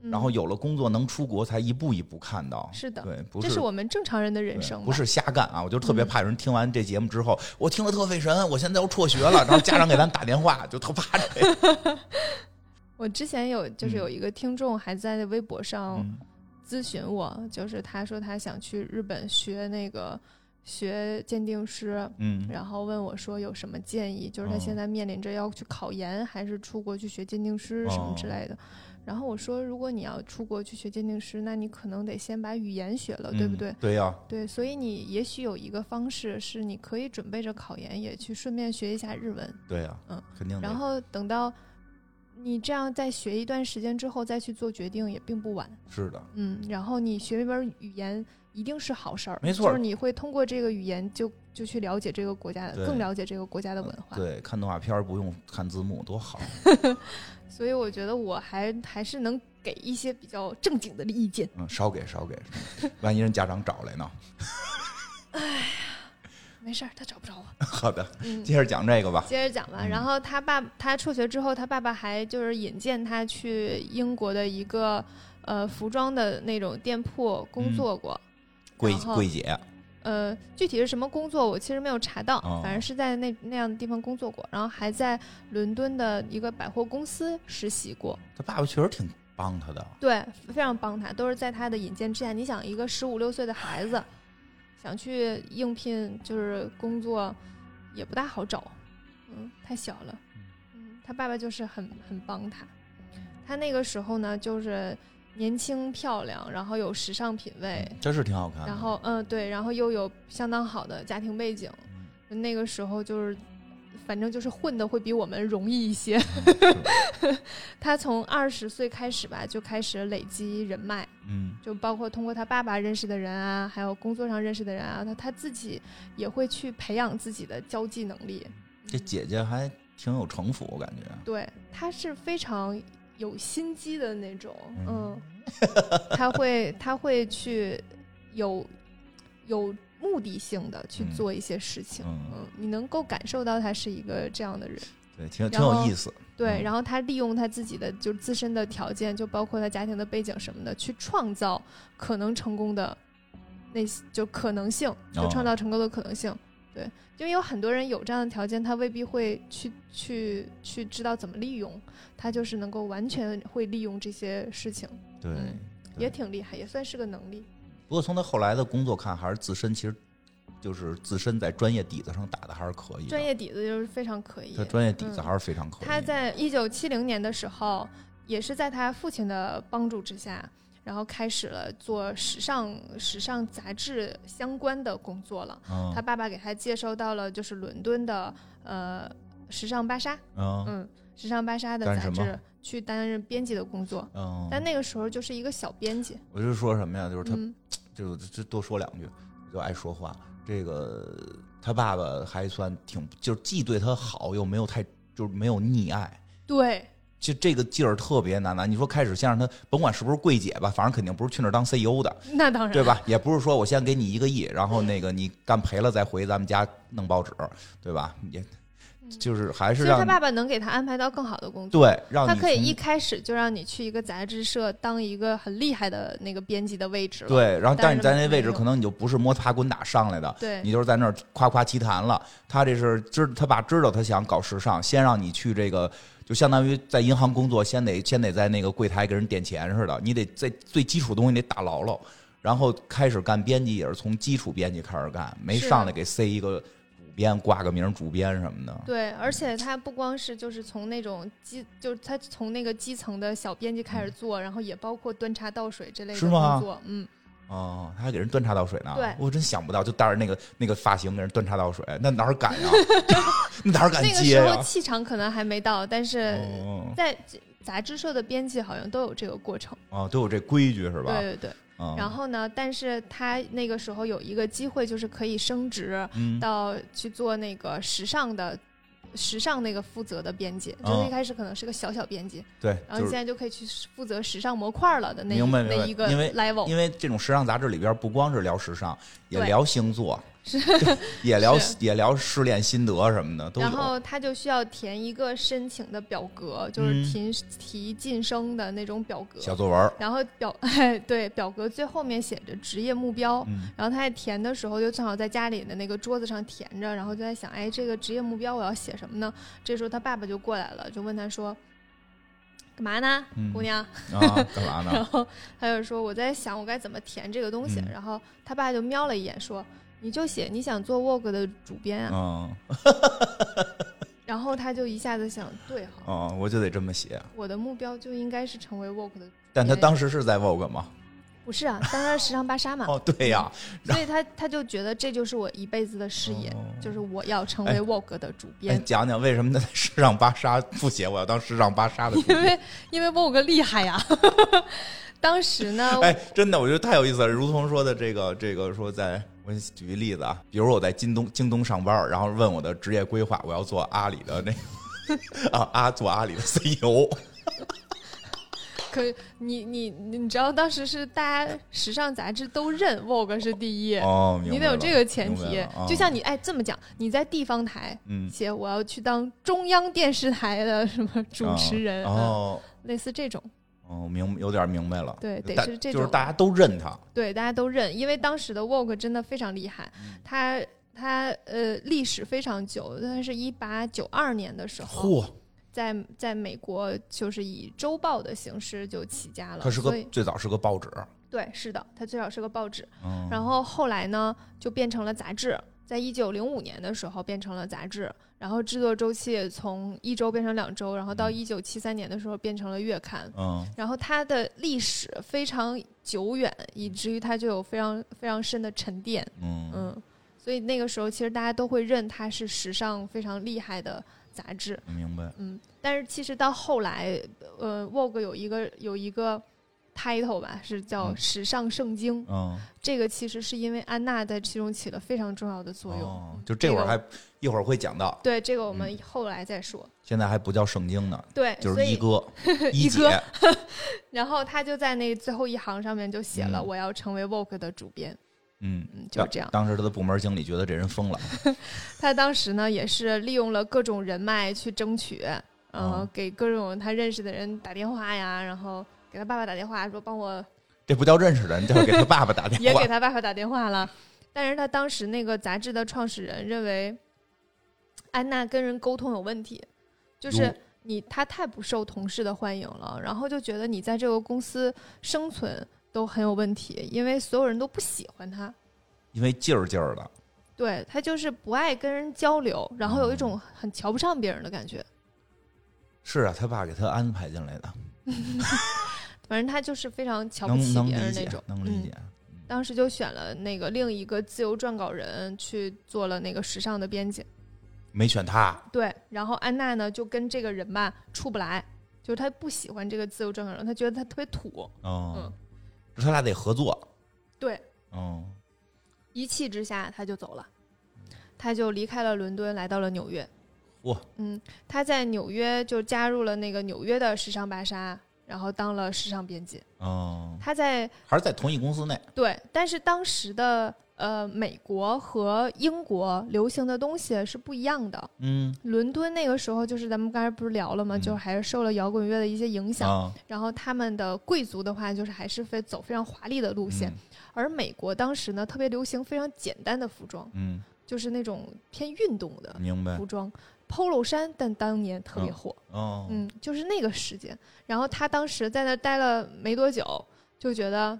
S1: 嗯
S2: 然后有了工作能出国，才一步一步看到。
S1: 是的，
S2: 对，不
S1: 这是我们正常人的人
S2: 对
S1: 生吧，嗯
S2: 不是瞎干啊！我就特别怕有人听完这节目之后，我听了特费神，我现在要辍学了，然后家长给咱打电话，就特怕这个。
S1: 我之前有就是
S2: 嗯
S1: 有一个听众还在微博上
S2: 嗯
S1: 咨询我，就是他说他想去日本学那个学鉴定师，
S2: 嗯
S1: 然后问我说有什么建议，就是他
S2: 哦
S1: 现在面临着要去考研还是出国去学鉴定师什么之
S2: 哦
S1: 类的。然后我说，如果你要出国去学鉴定师，那你可能得先把语言学了，对不
S2: 嗯
S1: 对？
S2: 对呀、
S1: 对，所以你也许有一个方式是，你可以准备着考研，也去顺便学一下日文。
S2: 对呀、
S1: 嗯，
S2: 肯定的。
S1: 然后等到你这样再学一段时间之后再去做决定也并不晚。
S2: 是的，
S1: 嗯，然后你学一门语言一定是好事儿，
S2: 没错
S1: 就是你会通过这个语言就就去了解这个国家，
S2: 对
S1: 更了解这个国家的文化。
S2: 对，看动画片儿不用看字幕，多好。
S1: 所以我觉得我还还是能给一些比较正经的意见。
S2: 嗯，少给少给，万一人家长找来呢？
S1: 没事儿，他找不着 我。
S2: 好的，
S1: 嗯，
S2: 接着讲这个吧。
S1: 接着讲吧。
S2: 嗯
S1: 然后他爸他辍学之后，他爸爸还就是引荐他去英国的一个呃服装的那种店铺
S2: 嗯
S1: 工作过。
S2: 柜
S1: 然后
S2: 柜姐，
S1: 呃，具体是什么工作，我其实没有查到，
S2: 哦
S1: 反正是在那那样的地方工作过，然后还在伦敦的一个百货公司实习过。
S2: 他爸爸确实挺帮他的。
S1: 对，非常帮他，都是在他的引荐之下。你想，一个十五六岁的孩子，想去应聘就是工作，也不大好找，嗯，太小了。嗯，他爸爸就是很很帮他。他那个时候呢，就是年轻漂亮，然后有时尚品味，
S2: 这嗯是挺好看的。
S1: 然后嗯对，然后又有相当好的家庭背景，
S2: 嗯，
S1: 那个时候就是，反正就是混的会比我们容易一些。
S2: 嗯
S1: 他从二十岁开始吧，就开始累积人脉，
S2: 嗯，
S1: 就包括通过他爸爸认识的人啊，还有工作上认识的人啊，他他自己也会去培养自己的交际能力。
S2: 这姐姐还挺有城府，我感觉。
S1: 对，他是非常有心机的那种，
S2: 嗯
S1: 嗯，他会他会去有有目的性的去
S2: 嗯
S1: 做一些事情，
S2: 嗯
S1: 嗯，你能够感受到他是一个这样的人。
S2: 对，挺有挺
S1: 然后
S2: 有意思。
S1: 对，
S2: 嗯
S1: 然后他利用他自己的就是自身的条件，就包括他家庭的背景什么的，去创造可能成功的那些就可能性，就
S2: 哦
S1: 创造成功的可能性。对，因为有很多人有这样的条件，他未必会去去去知道怎么利用，他就是能够完全会利用这些事情，
S2: 对，
S1: 嗯
S2: 对
S1: 也挺厉害，也算是个能力。
S2: 不过从她后来的工作看，还是自身其实就是自身在专业底子上打的还是可以的。
S1: 专业底子就是非常可以
S2: 她。专业底子
S1: 嗯
S2: 还是非常可以。
S1: 他在一九七零年的时候，也是在他父亲的帮助之下，然后开始了做时尚、时尚杂志相关的工作了。
S2: 嗯
S1: 他爸爸给他介绍到了就是伦敦的呃时尚芭莎，
S2: 嗯
S1: 嗯，时尚芭莎的
S2: 干
S1: 杂
S2: 什么
S1: 志去担任编辑的工作。
S2: 嗯，
S1: 但那个时候就是一个小编辑，
S2: 我就说什么呀？就是她
S1: 嗯，
S2: 就就多说两句，我就爱说话。这个他爸爸还算挺，就是既对他好，又没有太，就是没有溺爱。
S1: 对，
S2: 就这个劲儿特别难拿。你说开始先让他，甭管是不是柜姐吧，反正肯定不是去那儿当 CEO 的，
S1: 那 当然，
S2: 对吧？也不是说我先给你一 个亿，然后那个你干赔了再回咱们家弄报纸，对吧？也就是还
S1: 嗯所以
S2: 是
S1: 他
S2: 让你
S1: 爸爸能给他安排到更好的工作。
S2: 对，让你
S1: 他可以
S2: 从
S1: 一开始就让你去一个杂志社当一个很厉害的那个编辑的位置了。
S2: 对，然后
S1: 但是
S2: 但是你在那
S1: 没
S2: 位置
S1: 有
S2: 可能你就不是摸爬滚打上来的，
S1: 对
S2: 你就是在那儿夸夸其谈了。他这是知他爸知道他想搞时尚，先让你去这个，就相当于在银行工作，先得先得在那个柜台给人点钱似的，你得在最基础的东西你得打牢喽。然后开始干编辑也是从基础编辑开始干，没
S1: 是
S2: 上来给塞一个主编挂个名儿主编什么的。
S1: 对而且他不光是就是从那种基，就是他从那个基层的小编辑开始做，然后也包括端茶倒水这类的
S2: 嗯是吗
S1: 工作。嗯，
S2: 哦，他还给人端茶倒水呢。
S1: 对
S2: 我真想不到，就带着那个那个发型给人端茶倒水，那哪儿敢 呀？那哪儿敢
S1: 那个
S2: 接
S1: 时
S2: 呀、
S1: 候气场可能还没到，但是
S2: 哦
S1: 在杂志社的编辑好像都有这个过程。
S2: 哦，都有这规矩是吧？
S1: 对对对。
S2: 嗯，
S1: 然后呢，但是他那个时候有一个机会，就是可以升职
S2: 嗯
S1: 到去做那个时尚的。时尚那个负责的编辑，就是一开始可能是个小小编辑，
S2: 对，
S1: 然后
S2: 嗯就
S1: 现在
S2: 是
S1: 就可以去负责时尚模块了的那一
S2: 明白明白
S1: 那一个
S2: 因为
S1: level，
S2: 因为这种时尚杂志里边不光是聊时尚，也
S1: 对
S2: 聊 星座，也聊
S1: 是
S2: 也聊失恋心得什么的都
S1: 然
S2: 有。
S1: 后他就需要填一个申请的表格，就是提、提晋升的那种表格，
S2: 嗯小作文儿，
S1: 然后表、 哎、对表格最后面写着职业目标，
S2: 嗯
S1: 然后他在填的时候，就正好在家里的那个桌子上填着，然后就在想，哎，这个职业目标我要写什么呢？这时候他爸爸就过来了，就问他说：“干嘛呢，
S2: 嗯
S1: 姑娘？”
S2: 啊，干嘛
S1: 然
S2: 呢？
S1: 后他就说：“我在想我该怎么填这个东西。
S2: 嗯
S1: 然后他爸就瞄了一眼说：“你就写你想做 Vogue 的主编啊。
S2: 嗯
S1: 然后他就一下子想，对哈，
S2: 哦，我就得这么写。
S1: 我的目标就应该是成为 Vogue 的，
S2: 但他当时是在 Vogue 吗？
S1: 不是啊，嗯当然时尚芭莎嘛。
S2: 哦，对呀，
S1: 所以他他就觉得这就是我一辈子的事业，
S2: 哦
S1: 就是我要成
S2: 哎
S1: 为 Vogue 的主编。
S2: 哎，讲讲为什么他在时尚芭莎不写我要当时尚芭莎的主
S1: 因
S2: 编？
S1: 为因为 Vogue 厉害呀。 当时呢，
S2: 哎，真的，我觉得太有意思了。如同说的这个这个说在，我举个例子啊，比如我在京东京东上班，然后问我的职业规划，我要做阿里的那个 啊啊，做阿里的 CEO。
S1: 可你你你知道，当时是大家时尚杂志都认 Vogue 是第一，
S2: 哦，明
S1: 你得
S2: 白
S1: 有
S2: 了
S1: 这个前
S2: 明
S1: 提
S2: 白了。啊
S1: 就像你哎这么讲，你在地方台
S2: 嗯
S1: 写我要去当中央电视台的什么主持人，嗯
S2: 啊哦
S1: 类似这种，
S2: 哦，明有点明白了。
S1: 对得
S2: 但
S1: 是这
S2: 就是
S1: 种
S2: 大家都认他。
S1: 对大家都认，因为当时的 Vogue 真的非常厉害，
S2: 嗯
S1: 它它呃历史非常久，它是一八九二年的时候，
S2: 嚯，
S1: 在在美国就是以周报的形式就起家了，
S2: 他是
S1: 所
S2: 个
S1: 以
S2: 最早是个报纸，
S1: 对，是的，它最早是个报纸，
S2: 嗯，
S1: 然后后来呢就变成了杂志，在一九零五年的时候变成了杂志，然后制作周期也从一周变成两周，然后到
S2: 嗯
S1: 一九七三年的时候变成了月刊。
S2: 嗯
S1: 然后它的历史非常久远，以至于它就有非常非常深的沉淀。
S2: 嗯
S1: 嗯，所以那个时候其实大家都会认它是时尚非常厉害的杂志。
S2: 明白。
S1: 嗯，但是其实到后来，呃，Vogue 有一个有一个 title 吧，是叫“
S2: 嗯
S1: 时尚圣经”
S2: 嗯，
S1: 这个其实是因为安娜在其中起了非常重要的作用。嗯
S2: 哦，就这会儿
S1: 这个
S2: 还一会儿会讲到，
S1: 对，这个我们
S2: 嗯
S1: 后来再说。
S2: 现在还不叫圣经呢，
S1: 对，
S2: 就
S1: 哎所
S2: 是一
S1: 以
S2: 哥一
S1: 一哥
S2: 姐。
S1: 然后他就在那最后一行上面就写了“
S2: 嗯
S1: 我要成为 Vogue 的主编
S2: 嗯”，，
S1: 嗯，就是这样。
S2: 当时他的部门经理觉得这人疯了，
S1: 他当时呢也是利用了各种人脉去争取，呃
S2: 哦，
S1: 给各种他认识的人打电话呀，然后给他爸爸打电话说帮我，
S2: 这不叫认识人，这叫给他爸爸打
S1: 也
S2: 电话
S1: 给。他爸爸打电话了。但是他当时那个杂志的创始人认为，安娜跟人沟通有问题，就是
S2: 如
S1: 你她太不受同事的欢迎了，然后就觉得你在这个公司生存都很有问题，因为所有人都不喜欢她。
S2: 因为劲儿劲儿的，
S1: 对他就是不爱跟人交流，然后有一种很瞧不上别人的感觉。
S2: 是啊，他爸给他安排进来的，
S1: 反正他就是非常瞧不
S2: 能
S1: 起
S2: 能
S1: 别人
S2: 理
S1: 那
S2: 解
S1: 种，，
S2: 能理
S1: 嗯。
S2: 解。
S1: 当时就选了那个另一个自由撰稿人去做了那个时尚的编辑，
S2: 没选他，
S1: 对。然后安娜呢就跟这个人吧处不来，就是她不喜欢这个自由撰稿人，她觉得他特别土，嗯
S2: 哦，他俩得合作。
S1: 对，
S2: 哦，
S1: 一气之下她就走了，她就离开了伦敦，来到了纽约。
S2: 哇，
S1: 嗯，她在纽约就加入了那个纽约的时尚芭莎，然后当了时尚编辑。
S2: 哦，
S1: 她在
S2: 还是在同一公司内。
S1: 对，但是当时的呃美国和英国流行的东西是不一样的。
S2: 嗯，
S1: 伦敦那个时候就是咱们刚才不是聊了吗？
S2: 嗯
S1: 就是还是受了摇滚乐的一些影响。
S2: 啊，
S1: 然后他们的贵族的话，就是还是非走非常华丽的路
S2: 嗯
S1: 线。而美国当时呢，特别流行非常简单的服装，
S2: 嗯，
S1: 就是那种偏运动的
S2: 嗯明白
S1: 服。装。polo 衫，但当年特别
S2: 嗯
S1: 火，
S2: 哦，
S1: 嗯，就是那个时间。然后他当时在那待了没多久，就觉得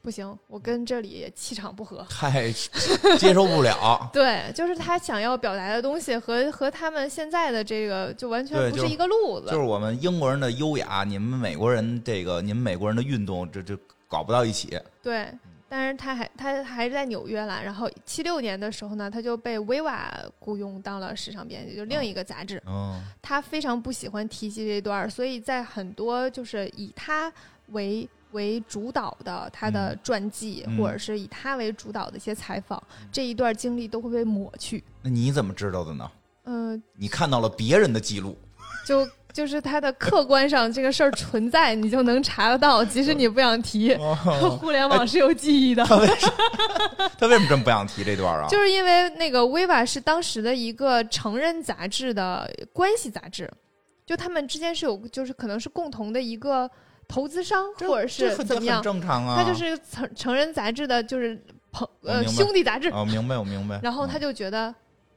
S1: 不行，我跟这里也气场不合。
S2: 太 接受 不了。
S1: 对，就是他想要表达的东西和和他们现在的这个就完全
S2: 对
S1: 不
S2: 就是
S1: 一个路子。
S2: 就是我们英国人的优雅，你们美国人这个，你们美国人的运动，这这搞不到一起。
S1: 对，
S2: 嗯
S1: 但是他还他还是在纽约啦。然后七六年的时候呢，他就被维瓦雇佣当了时尚编辑，就
S2: 哦
S1: 另一个杂志。
S2: 嗯，
S1: 他非常不喜欢提及这一段儿，所以在很多就是以他为为主导的他的传记，
S2: 嗯
S1: 或者是以他为主导的一些采访，这一段经历都会被抹去。
S2: 那你怎么知道的呢？
S1: 嗯、
S2: 你看到了别人的记录，
S1: 就就是他的客观上这个事儿存在，你就能查得到，
S2: 呃
S1: 即使你不想提。
S2: 哦
S1: 互联
S2: 哎
S1: 网是有记忆的，
S2: 他为什么他为什么这么不想提这段啊？
S1: 就是因为那个《Viva》是当时的一个成人杂志的关系杂志，就他们之间是有，就是可能是共同的一个投资商，
S2: 这
S1: 或者是
S2: 这很
S1: 怎么样
S2: 很，正常啊。
S1: 他就是成成人杂志的，就是朋
S2: 我
S1: 呃
S2: 明白
S1: 兄弟杂志，
S2: 哦，明白，我明白。
S1: 然后
S2: 嗯
S1: 他就觉得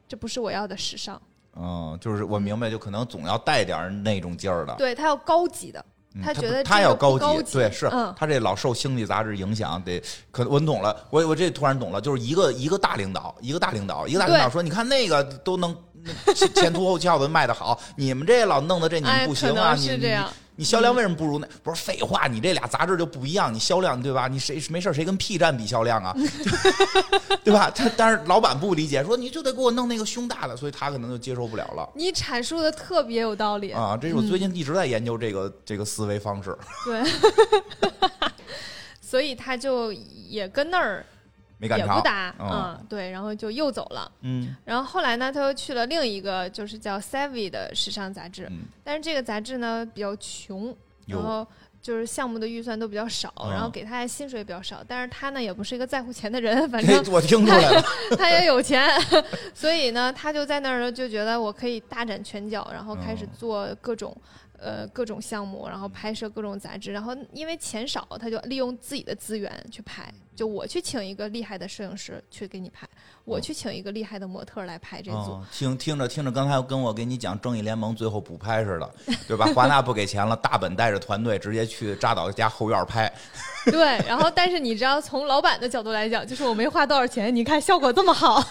S1: 这不是我要的时尚，
S2: 嗯，就是我明白，就可能总要带点儿那种劲儿的。
S1: 对他要高级的，
S2: 嗯
S1: 他
S2: 不
S1: 觉得
S2: 他
S1: 这
S2: 要
S1: 个不
S2: 高
S1: 高级
S2: 对，是、
S1: 嗯
S2: 他这老受星际杂志影响，得可我懂了，我我这突然懂了，就是一个一个大领导，一个大领导，一个大领导
S1: 对
S2: 说，你看那个都能那前前途后翘的卖的好，你们这老弄的这你
S1: 哎，
S2: 们不行
S1: 可
S2: 啊，
S1: 能
S2: 你
S1: 是
S2: 你
S1: 这样，
S2: 你销
S1: 嗯
S2: 量为什么不如那？不是废话，你这俩杂志就不一样，你销量对吧？你谁没事儿谁跟 P 站比销量啊？ 对吧？他但是老板不理解，说你就得给我弄那个胸大的，所以他可能就接受不了了。
S1: 你阐述的特别有道理，
S2: 啊，这是我最近一直在研究这个、这个思维方式，
S1: 对，所以他就也跟那儿
S2: 没赶
S1: 也
S2: 上。
S1: 不搭，
S2: 嗯
S1: 嗯，对，然后就又走了。
S2: 嗯
S1: 然后后来呢，他又去了另一个就是叫 Savvy 的时尚杂志，
S2: 嗯，
S1: 但是这个杂志呢比较穷，然
S2: 有
S1: 后就是项目的预算都比较少，
S2: 啊
S1: 然后给他的薪水也比较少，但是他呢也不是一个在乎钱的 人，反
S2: 这
S1: 正
S2: 我听出来了。
S1: 他也有钱， 所以呢，他就在那儿呢就觉得我可以大展拳脚，然后开始
S2: 嗯
S1: 做各种、呃各种项目，然后拍摄各种杂志，然后因为钱少，他就利用自己的资源去拍。
S2: 嗯
S1: 就我去请一个厉害的摄影师去给你拍，我去请一个厉害的模特儿来拍 这组。
S2: 哦听听着听着，刚才跟我给你讲《正义联盟》最后补拍似的，对吧？华纳不给钱了，大本带着团队直接去扎导家后院拍，
S1: 对，然后但是你知道，从老板的角度来讲，就是我没花多少钱，你看效果这么好。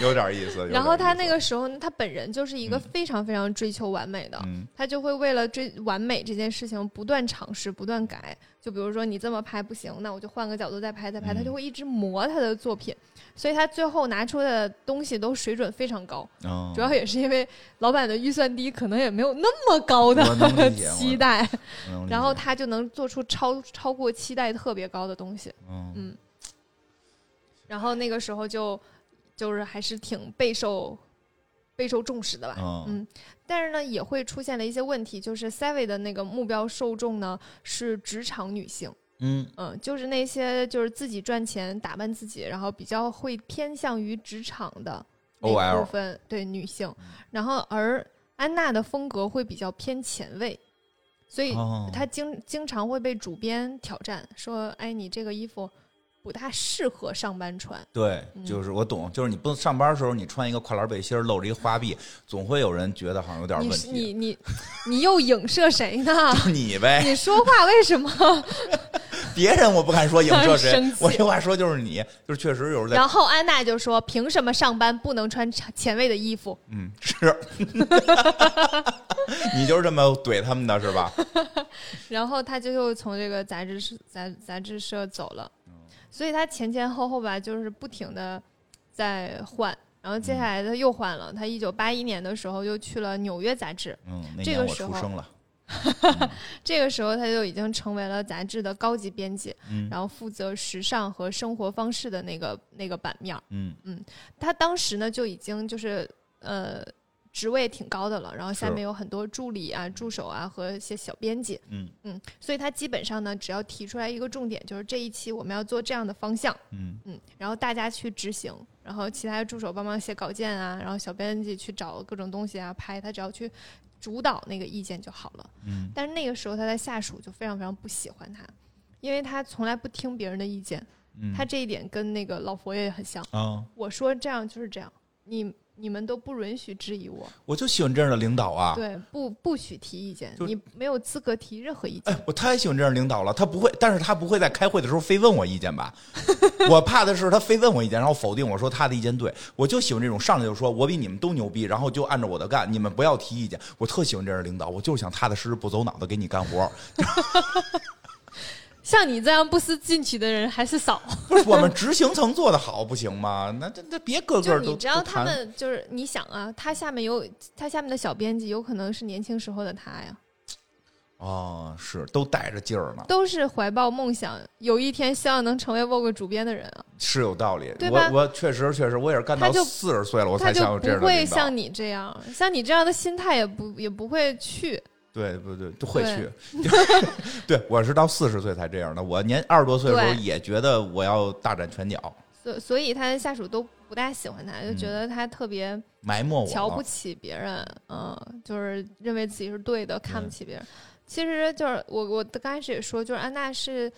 S2: 有点意思。有点
S1: 然后他
S2: 意思
S1: 那个时候，他本人就是一个非常非常追求完美的，
S2: 嗯
S1: 他就会为了追完美这件事情不断尝试、不断改。就比如说你这么拍不行，那我就换个角度再拍、再拍，
S2: 嗯
S1: 他就会一直磨他的作品，所以他最后拿出的东西都水准非常高。
S2: 哦
S1: 主要也是因为老板的预算低，可能也没有那么高的
S2: 我能理解
S1: 期待，
S2: 能嗯理解
S1: 然后他就能做出超超过期待特别高的东西。
S2: 嗯
S1: 嗯然后那个时候就就是还是挺备受备受重视的吧。
S2: 嗯
S1: 嗯但是呢，也会出现了一些问题，就是 Savvy 的那个目标受众呢是职场女性，
S2: 嗯
S1: 嗯，就是那些就是自己赚钱打扮自己，然后比较会偏向于职场的那
S2: OL
S1: 部分对女性，
S2: 嗯
S1: 然后而安娜的风格会比较偏前卫，所以
S2: 哦
S1: 她经经常会被主编挑战，说：“哎，你这个衣服不大适合上班穿。”
S2: 对，
S1: 嗯
S2: 就是我懂，就是你不上班的时候，你穿一个跨栏背心儿，露着一花臂，总会有人觉得好像有点
S1: 你
S2: 问
S1: 是
S2: 题。
S1: 你你你又影射谁呢？
S2: 就你呗，
S1: 你说话为什么？
S2: 别人我不敢说影射谁
S1: 生气，
S2: 我这话说就是你，就是确实有人 在
S1: 然后安娜就说：“凭什么上班不能穿前卫的衣服
S2: 嗯，是， 你就是这么怼他们的是吧？？”
S1: 然后她就又从这个杂志社杂杂志社走了，
S2: 哦
S1: 所以她前前后后吧，就是不停的在换。然后
S2: 嗯
S1: 接下来她又换了，她一九八一年的时候又去了《纽约》杂志，
S2: 嗯，那
S1: 这
S2: 年
S1: 个
S2: 我
S1: 时
S2: 出
S1: 候
S2: 生了，
S1: 这个时候她就已经成为了杂志的高级编辑，
S2: 嗯
S1: 然后负责时尚和生活方式的那个那个版面儿。
S2: 嗯
S1: 他当时呢就已经就是呃职位挺高的了，然后下
S2: 是
S1: 面有很多助理啊、助手啊和一些小编辑，
S2: 嗯
S1: 嗯，所以他基本上呢只要提出来一个重点，就是这一期我们要做这样的方向，
S2: 嗯
S1: 嗯，然后大家去执行，然后其他的助手帮忙写稿件啊，然后小编辑去找各种东西啊拍，他只要去主导那个意见就好了。
S2: 嗯，
S1: 但是那个时候他的下属就非常非常不喜欢他，因为他从来不听别人的意见，
S2: 嗯，
S1: 他这一点跟那个老佛爷很像。
S2: 啊，
S1: 我说这样就是这样，你你们都不允许质疑我，
S2: 我就喜欢这样的领导啊。
S1: 对，不不许提意见，
S2: 就
S1: 你没有资格提任何意见。
S2: 哎，我太喜欢这样的领导了，他不会，但是他不会在开会的时候非问我意见吧？ 我怕的是他非问我意见，然后否定我说他的意见对。我就喜欢这种上来就说我比你们都牛逼，然后就按照我的干，你们不要提意见。我特喜欢这样的领导，我就是想踏踏实实不走脑子给你干活。
S1: 像你这样不思进取的人还是 少。
S2: 不是我们执行层做的好不行吗？那这这别个
S1: 就
S2: 个
S1: 是
S2: 都
S1: 你知道
S2: 都
S1: 他
S2: 谈
S1: 们就是你想啊，他下面有他下面的小编辑，有可能是年轻时候的他呀，
S2: 哦，是都带着劲儿呢，
S1: 都是怀抱梦想，有一天希望能成为 Vogue 主编的人啊，
S2: 是有道理。
S1: 对
S2: 我
S1: 吧
S2: 我确实确实，我也是干到
S1: 他就
S2: 四十岁了，我
S1: 他
S2: 才
S1: 就
S2: 想有
S1: 不
S2: 这样的
S1: 会
S2: 领导
S1: 像你这样，像你这样的心态也不也不会去。
S2: 对不对？都会
S1: 对
S2: 去。 对，我是到四十岁才这样的。我年二十多岁的时候
S1: 对
S2: 也觉得我要大展拳脚，
S1: 所所以他的下属都不大喜欢他，就觉
S2: 嗯
S1: 得他特别、
S2: 埋没我了。
S1: 瞧不起别人，嗯、就是认为自己是对的，
S2: 嗯
S1: 看不起别人。其实就是我我刚开始也说，就是安娜是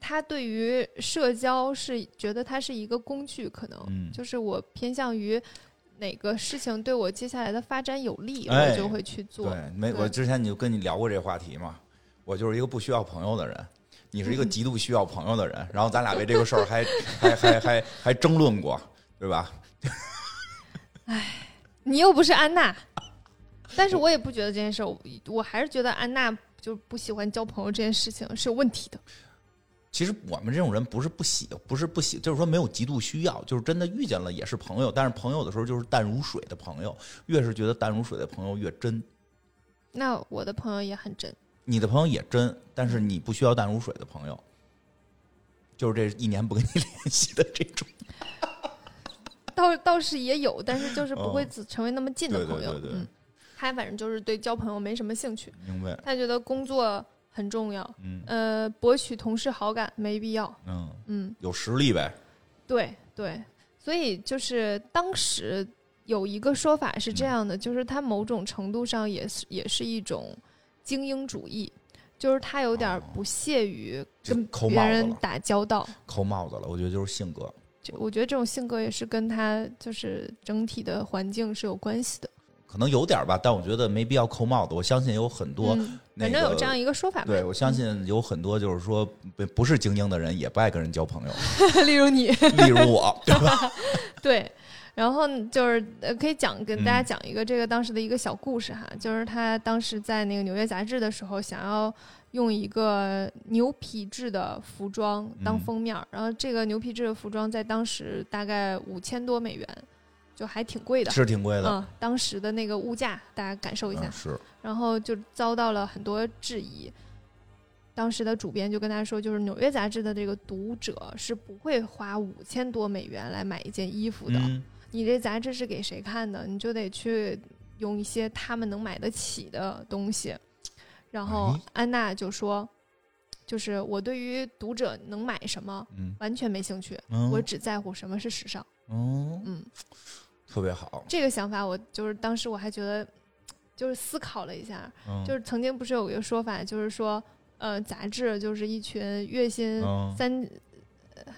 S1: 她对于社交是觉得它是一个工具，可能、
S2: 嗯
S1: 就是我偏向于哪个事情对我接下来的发展有利，
S2: 哎
S1: 我就会去做。
S2: 对，没，
S1: 对
S2: 我之前你就跟你聊过这话题嘛。我就是一个不需要朋友的人，你是一个
S1: 嗯
S2: 极度需要朋友的人。然后咱俩为这个事儿还还还还还争论过，对吧？
S1: 你又不是安 娜，但是我也不觉得这件事儿，我我还是觉得安娜就不喜欢交朋友这件事情是有问题的。
S2: 其实我们这种人不是不喜，不是不喜，就是说没有极度需要，就是真的遇见了也是朋友，但是朋友的时候就是淡如水的朋友，越是觉得淡如水的朋友越真。
S1: 那我的朋友也很真，
S2: 你的朋友也真，但是你不需要淡如水的朋友，就是这一年不跟你联系的这种。
S1: 倒倒是也有，但是就是不会
S2: 哦
S1: 只成为那么近的
S2: 对对
S1: 朋友。
S2: 对对
S1: 嗯，他反正就是对交朋友没什么兴趣，
S2: 明白？
S1: 他觉得工作很重要，
S2: 嗯
S1: 呃，博取同事好感没必要。
S2: 嗯，
S1: 嗯，
S2: 有实力呗。
S1: 对对，所以就是当时有一个说法
S2: 嗯
S1: 是这样的，就是它某种程度上也是也是一种精英主义，就是他有点不屑于
S2: 就
S1: 跟
S2: 哦抠
S1: 别
S2: 帽子
S1: 人
S2: 了
S1: 打交道。
S2: 扣帽子了，我觉得就是性格。
S1: 就我觉得这种性格也是跟他就是整体的环境是有关系的。
S2: 可能有点吧，但我觉得没必要扣帽子。我相信有很多，
S1: 嗯，
S2: 那
S1: 反
S2: 个、
S1: 正有这样一个说法吧。 嗯
S2: 对我相信有很多就是说不不是精英的人也不爱跟人交朋友，
S1: 例如你，
S2: 例如我，对吧？
S1: 对，然后就是呃，可以讲跟大家
S2: 嗯
S1: 讲一个这个当时的一个小故事哈，就是他当时在那个《纽约杂志》的时候，想要用一个牛皮质的服装当
S2: 嗯
S1: 封面儿，然后这个牛皮质的服装在当时大概五千多美元，就还挺贵的。
S2: 是挺贵的，
S1: 嗯，当时的那个物价，大家感受一下。
S2: 嗯是
S1: 然后就遭到了很多质疑。当时的主编就跟他说，就是《纽约杂志》的这个读者是不会花五千多美元来买一件衣服的。
S2: 嗯
S1: 你这杂志是给谁看的？你就得去用一些他们能买得起的东西。然后
S2: 哎
S1: 安娜就说，就是我对于读者能买什么
S2: 嗯
S1: 完全没兴趣，
S2: 嗯，
S1: 啊我只在乎什么是时尚。
S2: 嗯
S1: 嗯，
S2: 特别好，
S1: 这个想法我就是当时我还觉得，就是思考了一下，
S2: 嗯
S1: 就是曾经不是有一个说法，就是说，呃，杂志就是一群月薪
S2: 嗯
S1: 三，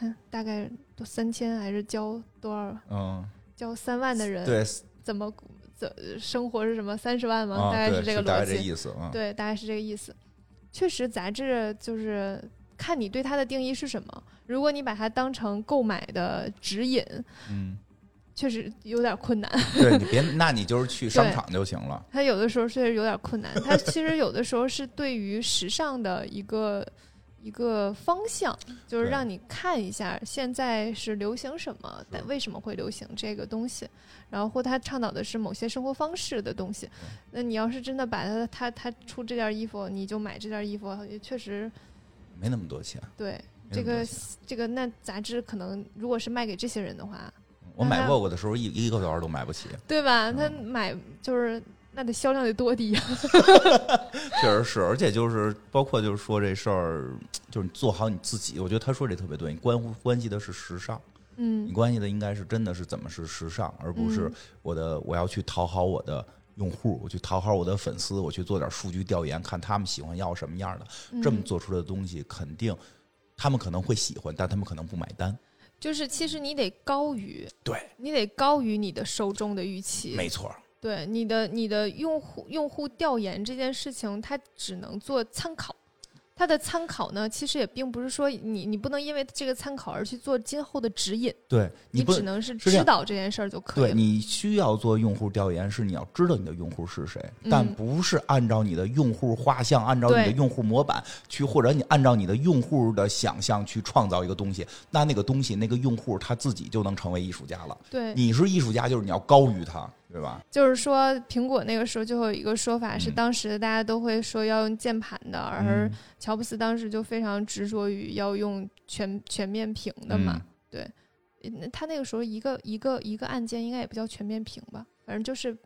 S1: 呃大概都三千还是交多少
S2: 嗯
S1: 交三万的人，
S2: 对
S1: 怎么怎生活是什么三十万吗？
S2: 啊
S1: 大概
S2: 对
S1: 是这个
S2: 大
S1: 逻
S2: 概这
S1: 辑，
S2: 意思啊，嗯
S1: 对，大概是这个意思。确实，杂志就是看你对它的定义是什么。如果你把它当成购买的指引，
S2: 嗯，
S1: 确实有点困难。
S2: 对你别，那你就是去商场就行了，
S1: 它有的时候确实有点困难，它其实有的时候是对于时尚的一个一个方向，就是
S2: 对
S1: 让你看一下现在是流行什么，但
S2: 是
S1: 为什么会流行这个东西，然后或它倡导的是某些生活方式的东西。那你要是真的把它它它出这件衣服，你就买这件衣服，也确实
S2: 没那么多钱。
S1: 对
S2: 没
S1: 这
S2: 那么多
S1: 个
S2: 钱
S1: 这个那杂志可能如果是卖给这些人的话，
S2: 我
S1: 那
S2: 买
S1: 它
S2: Vogue 的时候一一个多少都买不起，
S1: 对吧？
S2: 嗯
S1: 他买就是那得销量得多低呀、
S2: 确实是，而且就是包括就是说这事儿，就是你做好你自己。我觉得他说这特别对，你关乎关系的是时尚，你
S1: 嗯
S2: 关系的应该是真的是怎么是时尚，而不是
S1: 嗯
S2: 我的我要去讨好我的用户，我去讨好我的粉丝，我去做点数据调研，看他们喜欢要什么样的，
S1: 嗯，
S2: 这么做出来的东西肯定他们可能会喜欢，但他们可能不买单。
S1: 就是其实你得高于，
S2: 对，
S1: 你得高于你的受众的预期。
S2: 没错儿，
S1: 对你的你的用户用户调研这件事情，它只能做参考。它的参考呢，其实也并不是说你你不能因为这个参考而去做今后的指引，
S2: 对
S1: 你
S2: 不
S1: 只能是
S2: 是这
S1: 知
S2: 样
S1: 道这件事儿就可以
S2: 对
S1: 了。
S2: 你需要做用户调研，是你要知道你的用户是谁，但
S1: 嗯
S2: 不是按照你的用户画像、按照你的
S1: 对
S2: 用户模板去，或者你按照你的用户的想象去创造一个东西。那那个东西，那个用户他自己就能成为艺术家了。
S1: 对，
S2: 你是艺术家，就是你要高于他，对吧？
S1: 就是说苹果那个时候就有一个说法是，
S2: 嗯
S1: 当时大家都会说要用键盘的，而
S2: 嗯
S1: 乔布斯当时就非常执着于要用全全面屏的嘛。
S2: 嗯
S1: 那他那个时候一个一个一个按键应该也不叫全面屏吧，反正就是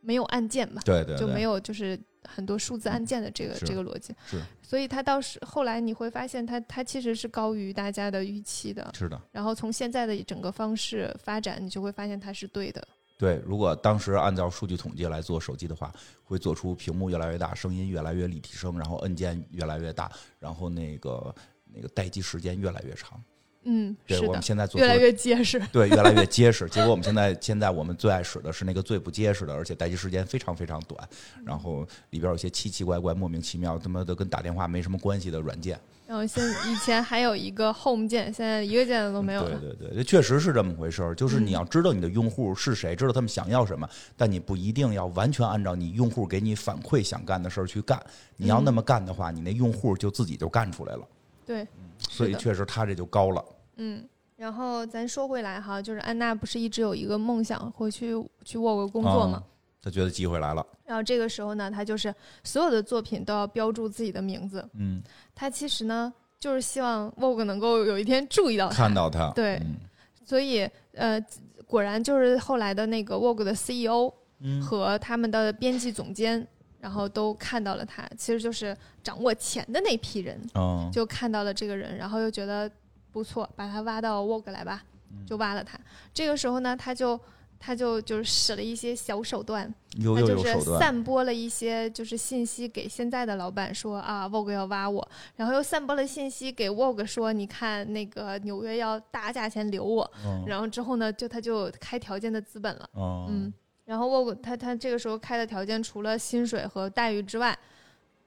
S1: 没有按键吧，
S2: 对对对，
S1: 就没有就是很多数字按键的这个
S2: 是
S1: 这个逻辑。
S2: 是
S1: 所以他到时后来你会发现他，他其实是高于大家的预期的。
S2: 是的。
S1: 然后从现在的整个方式发展，你就会发现它是对的。
S2: 对，如果当时按照数据统计来做手机的话，会做出屏幕越来越大，声音越来越立体声，然后按键越来越大，然后那个那个待机时间越来越长。
S1: 嗯，
S2: 对，
S1: 是
S2: 我
S1: 的
S2: 们，现在做
S1: 越
S2: 出
S1: 来
S2: 了
S1: 越结实。
S2: 对，越来越结实。结果我们现在现在我们最爱使的是那个最不结实的，而且待机时间非常非常短，
S1: 嗯
S2: 然后里边有些奇奇怪怪、莫名其妙、他妈的跟打电话没什么关系的软件。
S1: 然后现以前还有一个 home 键，现在一个键都没有了。
S2: 嗯
S1: 嗯
S2: 对对对，这确实是这么回事儿。就是你要知道你的用户是谁，知道他们想要什么，但你不一定要完全按照你用户给你反馈想干的事儿去干。你要
S1: 嗯
S2: 那么干的话，你那用户就自己就干出来了。
S1: 对，
S2: 所以
S1: 是的
S2: 确实他这就高了。
S1: 嗯。然后咱说回来哈，就是安娜不是一直有一个梦想，回去去沃沃工作嘛
S2: 嗯？他觉得机会来了，
S1: 然后这个时候呢，她就是所有的作品都要标注自己的名字。
S2: 嗯，
S1: 她其实呢，就是希望 Vogue 能够有一天注意到她。
S2: 看到他，
S1: 对
S2: 嗯
S1: 所以呃，果然就是后来的那个 Vogue 的 CEO
S2: 嗯，
S1: 和他们的编辑总监，然后都看到了她，其实就是掌握钱的那批人。
S2: 嗯，
S1: 就看到了这个人，然后又觉得不错，把他挖到 Vogue 来吧，就挖了他。这个时候呢，他就他就就是使了一些小手段，
S2: 有
S1: 他
S2: 有
S1: 就
S2: 有手
S1: 是
S2: 段，
S1: 散播了一些就是信息给现在的老板说啊，Vogue 要挖我，然后又散播了信息给 Vogue 说，你看那个纽约要大价钱留我，
S2: 嗯
S1: 然后之后呢，就他就开条件的资本了，嗯
S2: 嗯，，
S1: 然后 Vogue 他他这个时候开的条件除了薪水和待遇之外，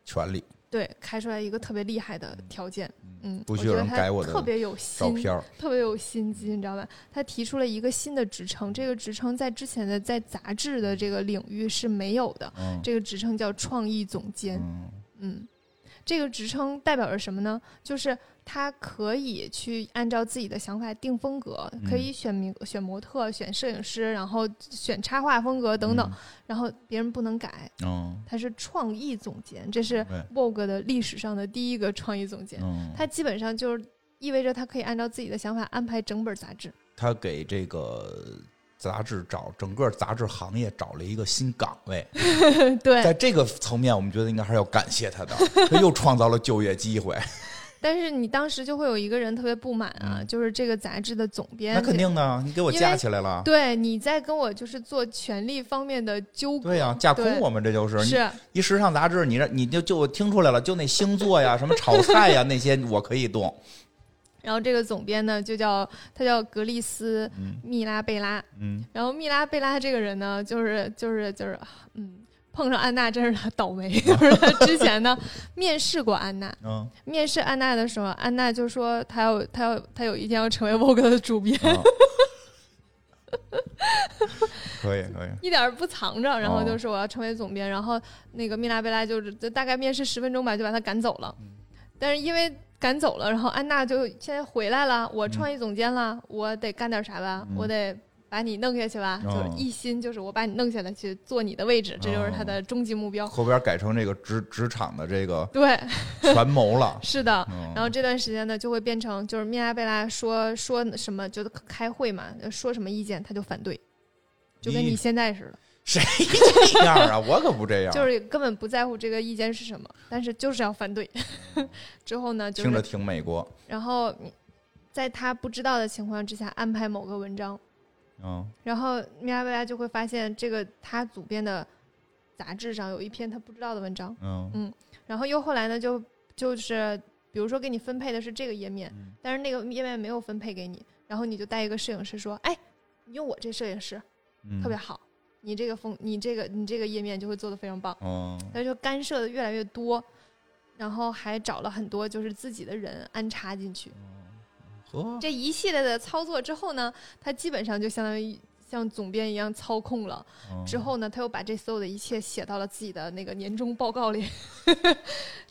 S2: 权利
S1: 对，开出来一个特别厉害的条件，嗯，
S2: 不许
S1: 我
S2: 有
S1: 觉得
S2: 人
S1: 他
S2: 改我的
S1: 特别有
S2: 照
S1: 心，
S2: 片儿，
S1: 特别有心机，你知道吧？他提出了一个新的职称，这个职称在之前的在杂志的这个领域是没有的，
S2: 嗯
S1: 这个职称叫创意总监。
S2: 嗯
S1: 嗯，这个职称代表着什么呢？就是他可以去按照自己的想法定风格，可
S2: 嗯
S1: 以选名、选模特、选摄影师，然后选插画风格等等，然后别人不能改。
S2: 嗯，
S1: 他是创意总监，这是
S2: 对
S1: Vogue 的历史上的第一个创意总监。
S2: 嗯，
S1: 它基本上就是意味着他可以按照自己的想法安排整本杂志。
S2: 他给这个杂志找整个杂志行业找了一个新岗位，嗯
S1: 对，
S2: 在这个层面，我们觉得应该还是要感谢 他的，他又创造了就业机会，
S1: 但是你当时就会有一个人特别不满啊，
S2: 嗯
S1: 就是这个杂志的总编，
S2: 那肯定的，你给我
S1: 因为
S2: 架起来了，
S1: 对你在跟我就是做权力方面的纠葛，
S2: 对呀、架空
S1: 对
S2: 我们这就是你
S1: 是
S2: 一时尚杂志，你让你就就我听出来了，就那星座呀、什么炒菜呀那些我可以动，
S1: 然后这个总编呢，就叫他叫格丽斯·
S2: 嗯
S1: 密拉贝拉。
S2: 嗯，
S1: 然后密拉贝拉这个人呢，就是就是就是，嗯，碰上安娜真是他倒 霉。就是他之前呢面试过安娜，
S2: 嗯，
S1: 面试安娜的时候，安娜就说她要她要她有一天要成为 Vogue 的主编，
S2: 嗯 可以可以，
S1: 一点儿不藏着，然后
S2: 哦
S1: 就说我要成为总编，然后那个密拉贝拉就是就大概面试十分钟吧，就把她赶走了。
S2: 嗯
S1: 但是因为赶走了，然后安娜就现在回来了，我创意总监了，我得干点啥吧，
S2: 嗯
S1: 我得把你弄下去吧，
S2: 哦
S1: 就是一心就是我把你弄下来去做你的位置，这就是她的终极目标。
S2: 后边改成这个职职场的这个
S1: 对，，
S2: 权谋了
S1: 是的。
S2: 嗯
S1: 然后这段时间呢，就会变成就是密拉贝拉说说什么，就是开会嘛，说什么意见他就反对，就跟你
S2: 咦
S1: 现在似的，
S2: 谁这样啊？我可不这样，
S1: 就是根本不在乎这个意见是什么，但是就是要反对。 之后呢，就
S2: 听着
S1: 是
S2: 挺美国，
S1: 然后在他不知道的情况之下安排某个文章，
S2: 嗯
S1: 然后密拉贝拉就会发现这个他组编的杂志上有一篇他不知道的文章，
S2: 嗯
S1: 然后又后来呢就就是比如说给你分配的是这个页面。
S2: 嗯
S1: 但是那个页面没有分配给你，然后你就带一个摄影师说：“哎，你用我这摄影师
S2: 嗯，
S1: 特别好，你这个风，你这个你这个页面就会做得非常棒。
S2: 嗯”
S1: 他就干涉的越来越多，然后还找了很多就是自己的人安插进去。
S2: 呵，
S1: 这一系列的操作之后呢，他基本上就相当于像总编一样操控了。
S2: 嗯
S1: 之后呢，他又把这所有的一切写到了自己的那个年终报告里，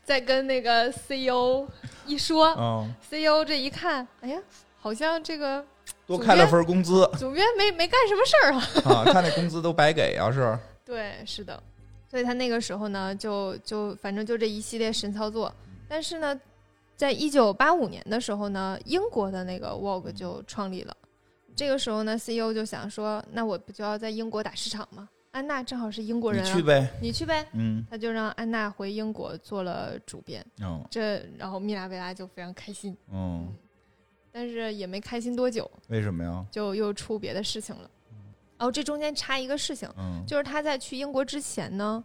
S1: 再跟那个 CEO 一说
S2: 嗯，
S1: ，CEO 这一看，哎呀，好像这个
S2: 多开了
S1: 总
S2: 份工资
S1: 总编没没干什么事儿啊。
S2: 啊，他那工资都白给啊，是，
S1: 对，是的，所以他那个时候呢，就就反正就这一系列神操作。
S2: 嗯
S1: 但是呢，在一九八五年的时候呢，英国的那个
S2: 嗯
S1: Vogue 就创立了。这个时候呢，CEO 就想说，那我不就要在英国打市场吗？安娜正好是英国
S2: 你
S1: 人、啊，
S2: 去呗，
S1: 你去呗。
S2: 嗯
S1: 他就让安娜回英国做了主编，
S2: 嗯
S1: 这然后密拉贝拉就非常开心，
S2: 嗯，
S1: 但是也没开心多久，
S2: 为什么呀？
S1: 就又出别的事情了。哦，这中间插一个事情，
S2: 嗯
S1: 就是他在去英国之前呢，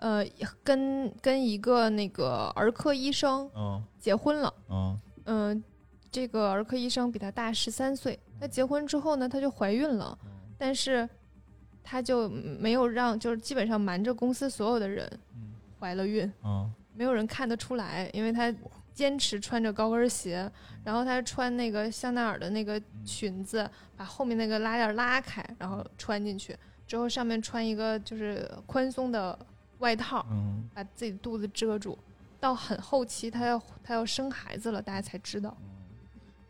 S1: 呃，跟跟一个那个儿科医生
S2: 嗯
S1: 结婚了。
S2: 嗯
S1: 嗯、这个儿科医生比他大十三岁。他结婚之后呢，他就怀孕了，但是他就没有让，就是基本上瞒着公司所有的人
S2: 嗯
S1: 怀了孕，
S2: 嗯
S1: 没有人看得出来，因为他坚持穿着高跟鞋，然后他穿那个香奈儿的那个裙子，把后面那个拉链拉开，然后穿进去，之后上面穿一个就是宽松的外套，
S2: 嗯
S1: 把自己肚子遮住。到很后期，他要他要生孩子了，大家才知道，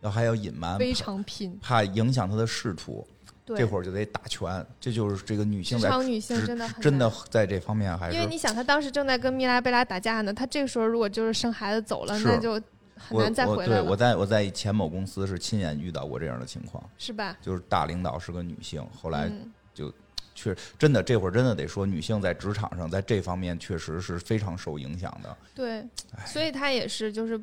S2: 要还要隐瞒，
S1: 非常拼。
S2: 怕影响他的仕途，
S1: 对
S2: 这，会儿就得打拳，这就是这个女性
S1: 职
S2: 在
S1: 场女性
S2: 职
S1: 真的
S2: 职
S1: 很
S2: 真的
S1: 难。
S2: 在这方面还
S1: 因为
S2: 是
S1: 你想，他当时正在跟密拉贝拉打架呢，他这个时候如果就是生孩子走了，
S2: 是
S1: 那就很
S2: 我
S1: 难再
S2: 我
S1: 回来
S2: 对我
S1: 了，
S2: 在我在前某公司是亲眼遇到过这样的情况，
S1: 是吧？
S2: 就是大领导是个女性，后来
S1: 嗯，
S2: 确真的这会儿真的得说，女性在职场上在这方面确实是非常受影响的。
S1: 对，所以他也是就是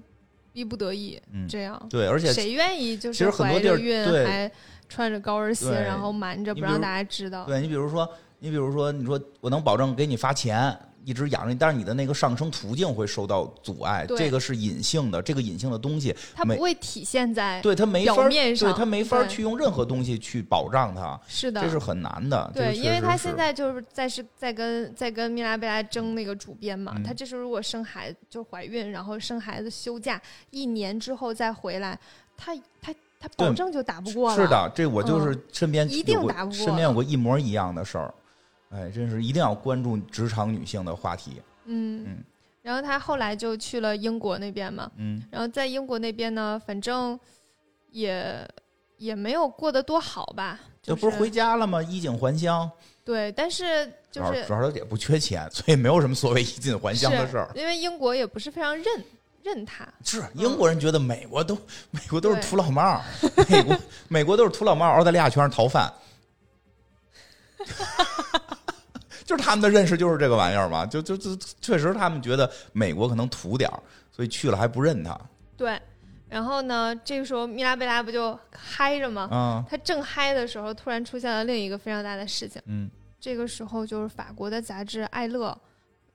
S1: 逼不得已
S2: 嗯
S1: 这样。
S2: 对，而且
S1: 谁愿意就
S2: 其
S1: 是
S2: 实很多
S1: 怀
S2: 地
S1: 着
S2: 儿
S1: 孕
S2: 对
S1: 还穿着高跟鞋，
S2: 对
S1: 然后瞒着
S2: 你
S1: 不
S2: 比如
S1: 让大家知道。
S2: 对你比如说，你比如说，你说我能保证给你发钱，一直养着你，但是你的那个上升途径会受到阻碍，
S1: 对
S2: 这个是隐性的，这个隐性的东西，
S1: 它
S2: 没
S1: 不会体现在
S2: 对它没法
S1: 表
S2: 儿，
S1: 面
S2: 对
S1: 上
S2: 它没法儿
S1: 对
S2: 去用任何东西去保障它，
S1: 是的，
S2: 这是很难的。这
S1: 对，
S2: 是
S1: 因为
S2: 确
S1: 他
S2: 实
S1: 现
S2: 是
S1: 在就是在是在跟在跟米拉贝拉争那个主编嘛，
S2: 嗯
S1: 他这时候如果生孩子就怀孕，然后生孩子休假一年之后再回来，他他他保
S2: 对
S1: 证就打不过了。嗯
S2: 是，的，这我就是身边
S1: 一
S2: 有
S1: 定
S2: 过
S1: 打不过
S2: 身边有过一模一样的事儿。哎，真是一定要关注职场女性的话题。
S1: 嗯。
S2: 嗯
S1: 然后他后来就去了英国那边嘛，
S2: 嗯，
S1: 然后在英国那边呢，反正也也没有过得多好吧，
S2: 这
S1: 就
S2: 不是回家了吗？衣锦还乡，
S1: 对，但是
S2: 主
S1: 就
S2: 要
S1: 是
S2: 主要也不缺钱，所以没有什么所谓衣锦还乡的事儿。
S1: 是因为英国也不是非常认认他，
S2: 是英国人觉得美国都 美国都是土老帽，美国美国都是土老帽，澳大利亚全是逃犯，就是他们的认识就是这个玩意儿嘛，就就就确实他们觉得美国可能土点儿，所以去了还不认他
S1: 对，然后呢，这个时候米拉贝拉不就嗨着吗？
S2: 啊，
S1: 她正嗨的时候，突然出现了另一个非常大的事情。
S2: 嗯
S1: 这个时候就是法国的杂志《艾乐》，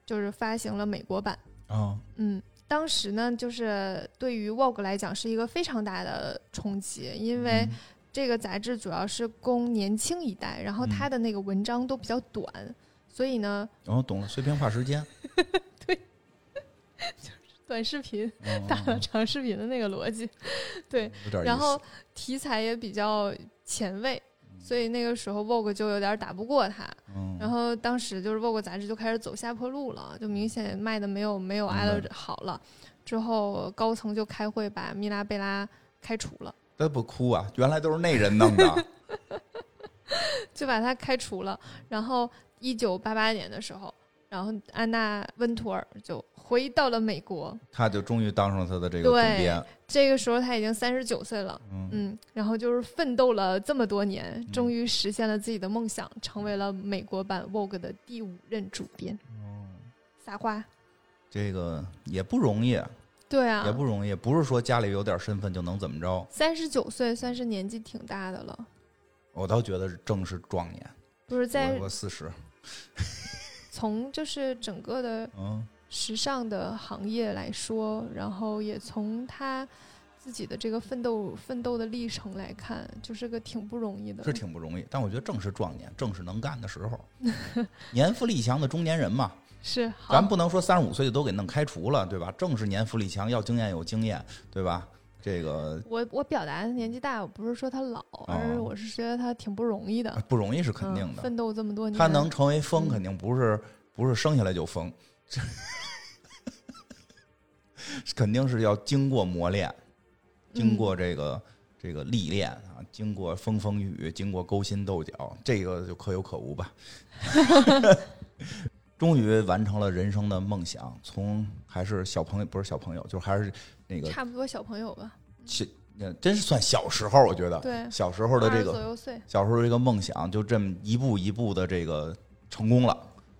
S1: 就是发行了美国版。
S2: 啊，
S1: 嗯，当时呢，就是对于 Vogue 来讲是一个非常大的冲击，因为
S2: 嗯
S1: 这个杂志主要是供年轻一代，然后它
S2: 嗯
S1: 的那个文章都比较短，所以呢，
S2: 然后懂了，碎片化时间，
S1: 短视频
S2: 嗯
S1: 打了长视频的那个逻辑。
S2: 有点意思。
S1: 然后题材也比较前卫，所以那个时候 Vogue 就有点打不过他。
S2: 嗯，
S1: 然后当时就是 Vogue 杂志就开始走下坡路了，就明显卖的没有没有 L
S2: 明
S1: 好了。之后高层就开会把米拉贝拉开除了，
S2: 他不哭啊，原来都是那人 弄的，
S1: 就把他开除了。然后一九八八年的时候，然后安娜温图尔就回到了美国。
S2: 他就终于当上他的这个总
S1: 对
S2: 编，
S1: 这个时候他已经三十九岁了，
S2: 嗯
S1: 嗯，然后就是奋斗了这么多年，终于实现了自己的梦想，成为了美国版 Vogue 的第五任主编。
S2: 嗯，
S1: 撒花，
S2: 这个也不容易，
S1: 对
S2: 也
S1: 啊，
S2: 不容易，不是说家里有点身份就能怎么着。
S1: 三十九岁算是年纪挺大的了，
S2: 我倒觉得正是壮年，
S1: 不是在
S2: 我我四十，
S1: 从就是整个的
S2: 嗯，
S1: 时尚的行业来说，然后也从他自己的这个奋斗奋斗的历程来看，就是个挺不容易的。
S2: 是挺不容易。但我觉得正是壮年，正是能干的时候， 年富力强的中年人嘛。
S1: 是好，
S2: 咱不能说三十五岁就都给弄开除了，对吧？正是年富力强，要经验有经验，对吧？这个
S1: 我我表达的年纪大，我不是说他老，而是我是觉得他挺不容易的。
S2: 不容易是哦啊肯定
S1: 嗯
S2: 的。
S1: 奋斗这么多年，
S2: 他能成为疯，
S1: 嗯
S2: 肯定不是不是生下来就疯， 肯定是要经过磨练，
S1: 嗯
S2: 经过这个、这个历练啊，经过风风雨雨，经过勾心斗角，这个就可有可无吧。 终于完成了人生的梦想，从还是小朋友，不是小朋友，就还是那个
S1: 差不多小朋友吧，
S2: 小，那真是算小时候，我觉得
S1: 对，
S2: 小时候啊的这
S1: 20左
S2: 个
S1: 右岁，
S2: 小时候这个梦想，就这么一步一步的这个成功了。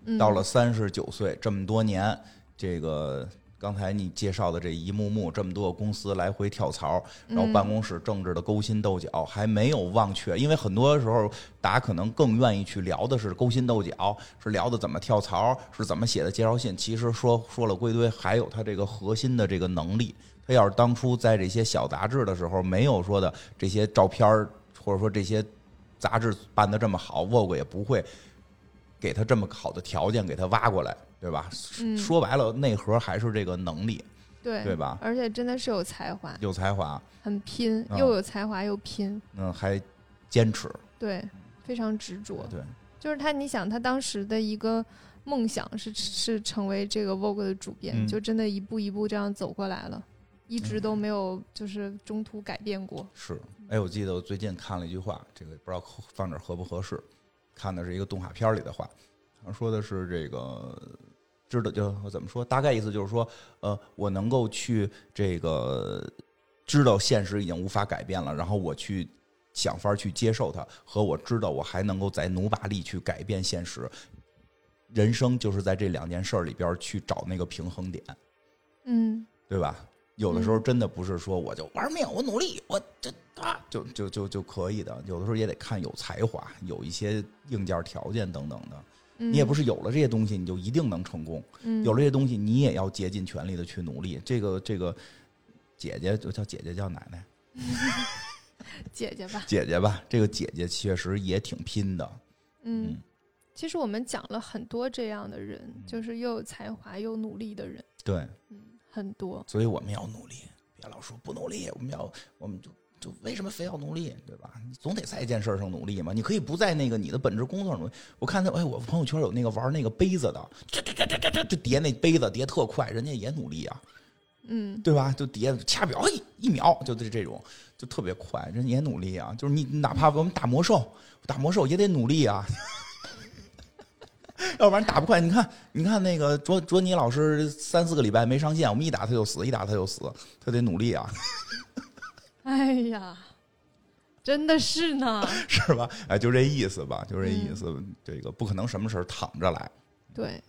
S1: 嗯
S2: 到了三十九岁，这么多年，这个刚才你介绍的这一幕幕，这么多个公司来回跳槽，然后办公室政治的勾心斗角，还没有忘却。因为很多时候，大家可能更愿意去聊的是勾心斗角，是聊的怎么跳槽，是怎么写的介绍信。其实说说了归堆，还有他这个核心的这个能力。他要是当初在这些小杂志的时候，没有说的这些照片儿，或者说这些杂志办的这么好，Vogue 也不会给他这么好的条件，给他挖过来，对吧？
S1: 嗯
S2: 说白了，内核还是这个能力，
S1: 对
S2: 对吧
S1: 而且真的是有才华，
S2: 有才华，
S1: 很拼，
S2: 嗯
S1: 又有才华又拼，
S2: 嗯，还坚持，
S1: 对，非常执着。
S2: 对，
S1: 就是他，你想他当时的一个梦想是是成为这个 Vogue 的主编，
S2: 嗯
S1: 就真的一步一步这样走过来了，一直都没有就是中途改变过。
S2: 是。哎，我记得我最近看了一句话，这个不知道放这儿合不合适，看的是一个动画片里的话，好像说的是这个。知道就怎么说，大概意思就是说，呃，我能够去这个知道现实已经无法改变了，然后我去想法儿去接受它，和我知道我还能够再努把力去改变现实。人生就是在这两件事儿里边儿去找那个平衡点，
S1: 嗯，
S2: 对吧？有的时候真的不是说我就玩命，我努力，我这啊就就就就可以的。有的时候也得看有才华，有一些硬件条件等等的。
S1: 嗯
S2: 你也不是有了这些东西你就一定能成功，
S1: 嗯
S2: 有了这些东西你也要竭尽全力的去努力。这个这个姐姐就叫姐姐叫奶奶
S1: 姐姐吧，
S2: 姐姐吧，这个姐姐确实也挺拼的。
S1: 嗯
S2: 嗯，
S1: 其实我们讲了很多这样的人，就是又有才华又努力的人，
S2: 对，
S1: 嗯，很多，
S2: 所以我们要努力，别老说不努力，我们要我们就就为什么非要努力，对吧？你总得在一件事儿上努力嘛。你可以不在那个你的本职工作上努力。我看他，哎，我朋友圈有那个玩那个杯子的，这这这这这这就叠那杯子叠特快，人家也努力啊，
S1: 嗯
S2: 对吧？就叠掐表，嘿，一秒就这这种，就特别快，人家也努力啊。就是你哪怕我们打魔兽，打魔兽也得努力啊。 要不然打不快，你看，你看那个卓卓尼老师三四个礼拜没上线，我们一打他就死，一打他就死，他得努力啊。
S1: 哎呀，真的是 呢，
S2: 是吧？哎，就这意思吧，就这意思。
S1: 嗯
S2: 这个不可能什么事儿躺着来。
S1: 对，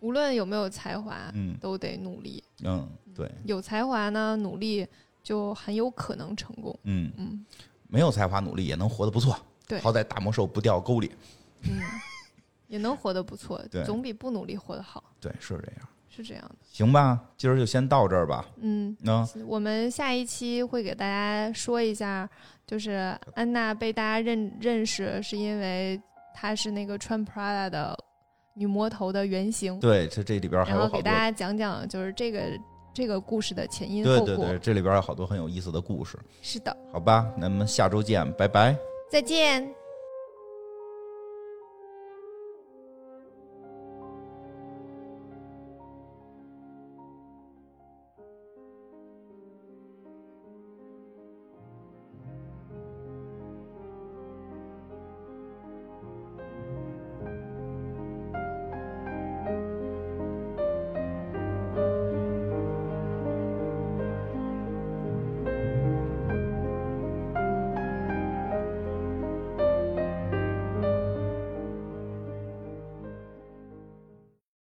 S1: 无论有没有才华，
S2: 嗯
S1: 都得努力。
S2: 嗯，对，
S1: 有才华呢，努力就很有可能成功。
S2: 嗯，
S1: 嗯
S2: 没有才华，努力也能活得不错。
S1: 对
S2: 好歹大魔兽不掉沟里。
S1: 嗯，也能活得不错
S2: 对，
S1: 总比不努力活得好，
S2: 对，是这样。
S1: 是这样的。
S2: 行吧，今儿就先到这儿吧。
S1: 嗯，
S2: 那、
S1: 我们下一期会给大家说一下，就是安娜被大家认认识是因为她是那个穿 Prada 的女魔头的原型，
S2: 对，这这里边还
S1: 然
S2: 有
S1: 后
S2: 好
S1: 给
S2: 多
S1: 大。家讲讲就是这个这个故事的前因
S2: 对
S1: 后
S2: 对
S1: 果。
S2: 对，这里边有好多很有意思的故事。
S1: 是的，
S2: 好吧，那么下周见，拜拜。
S1: 再见。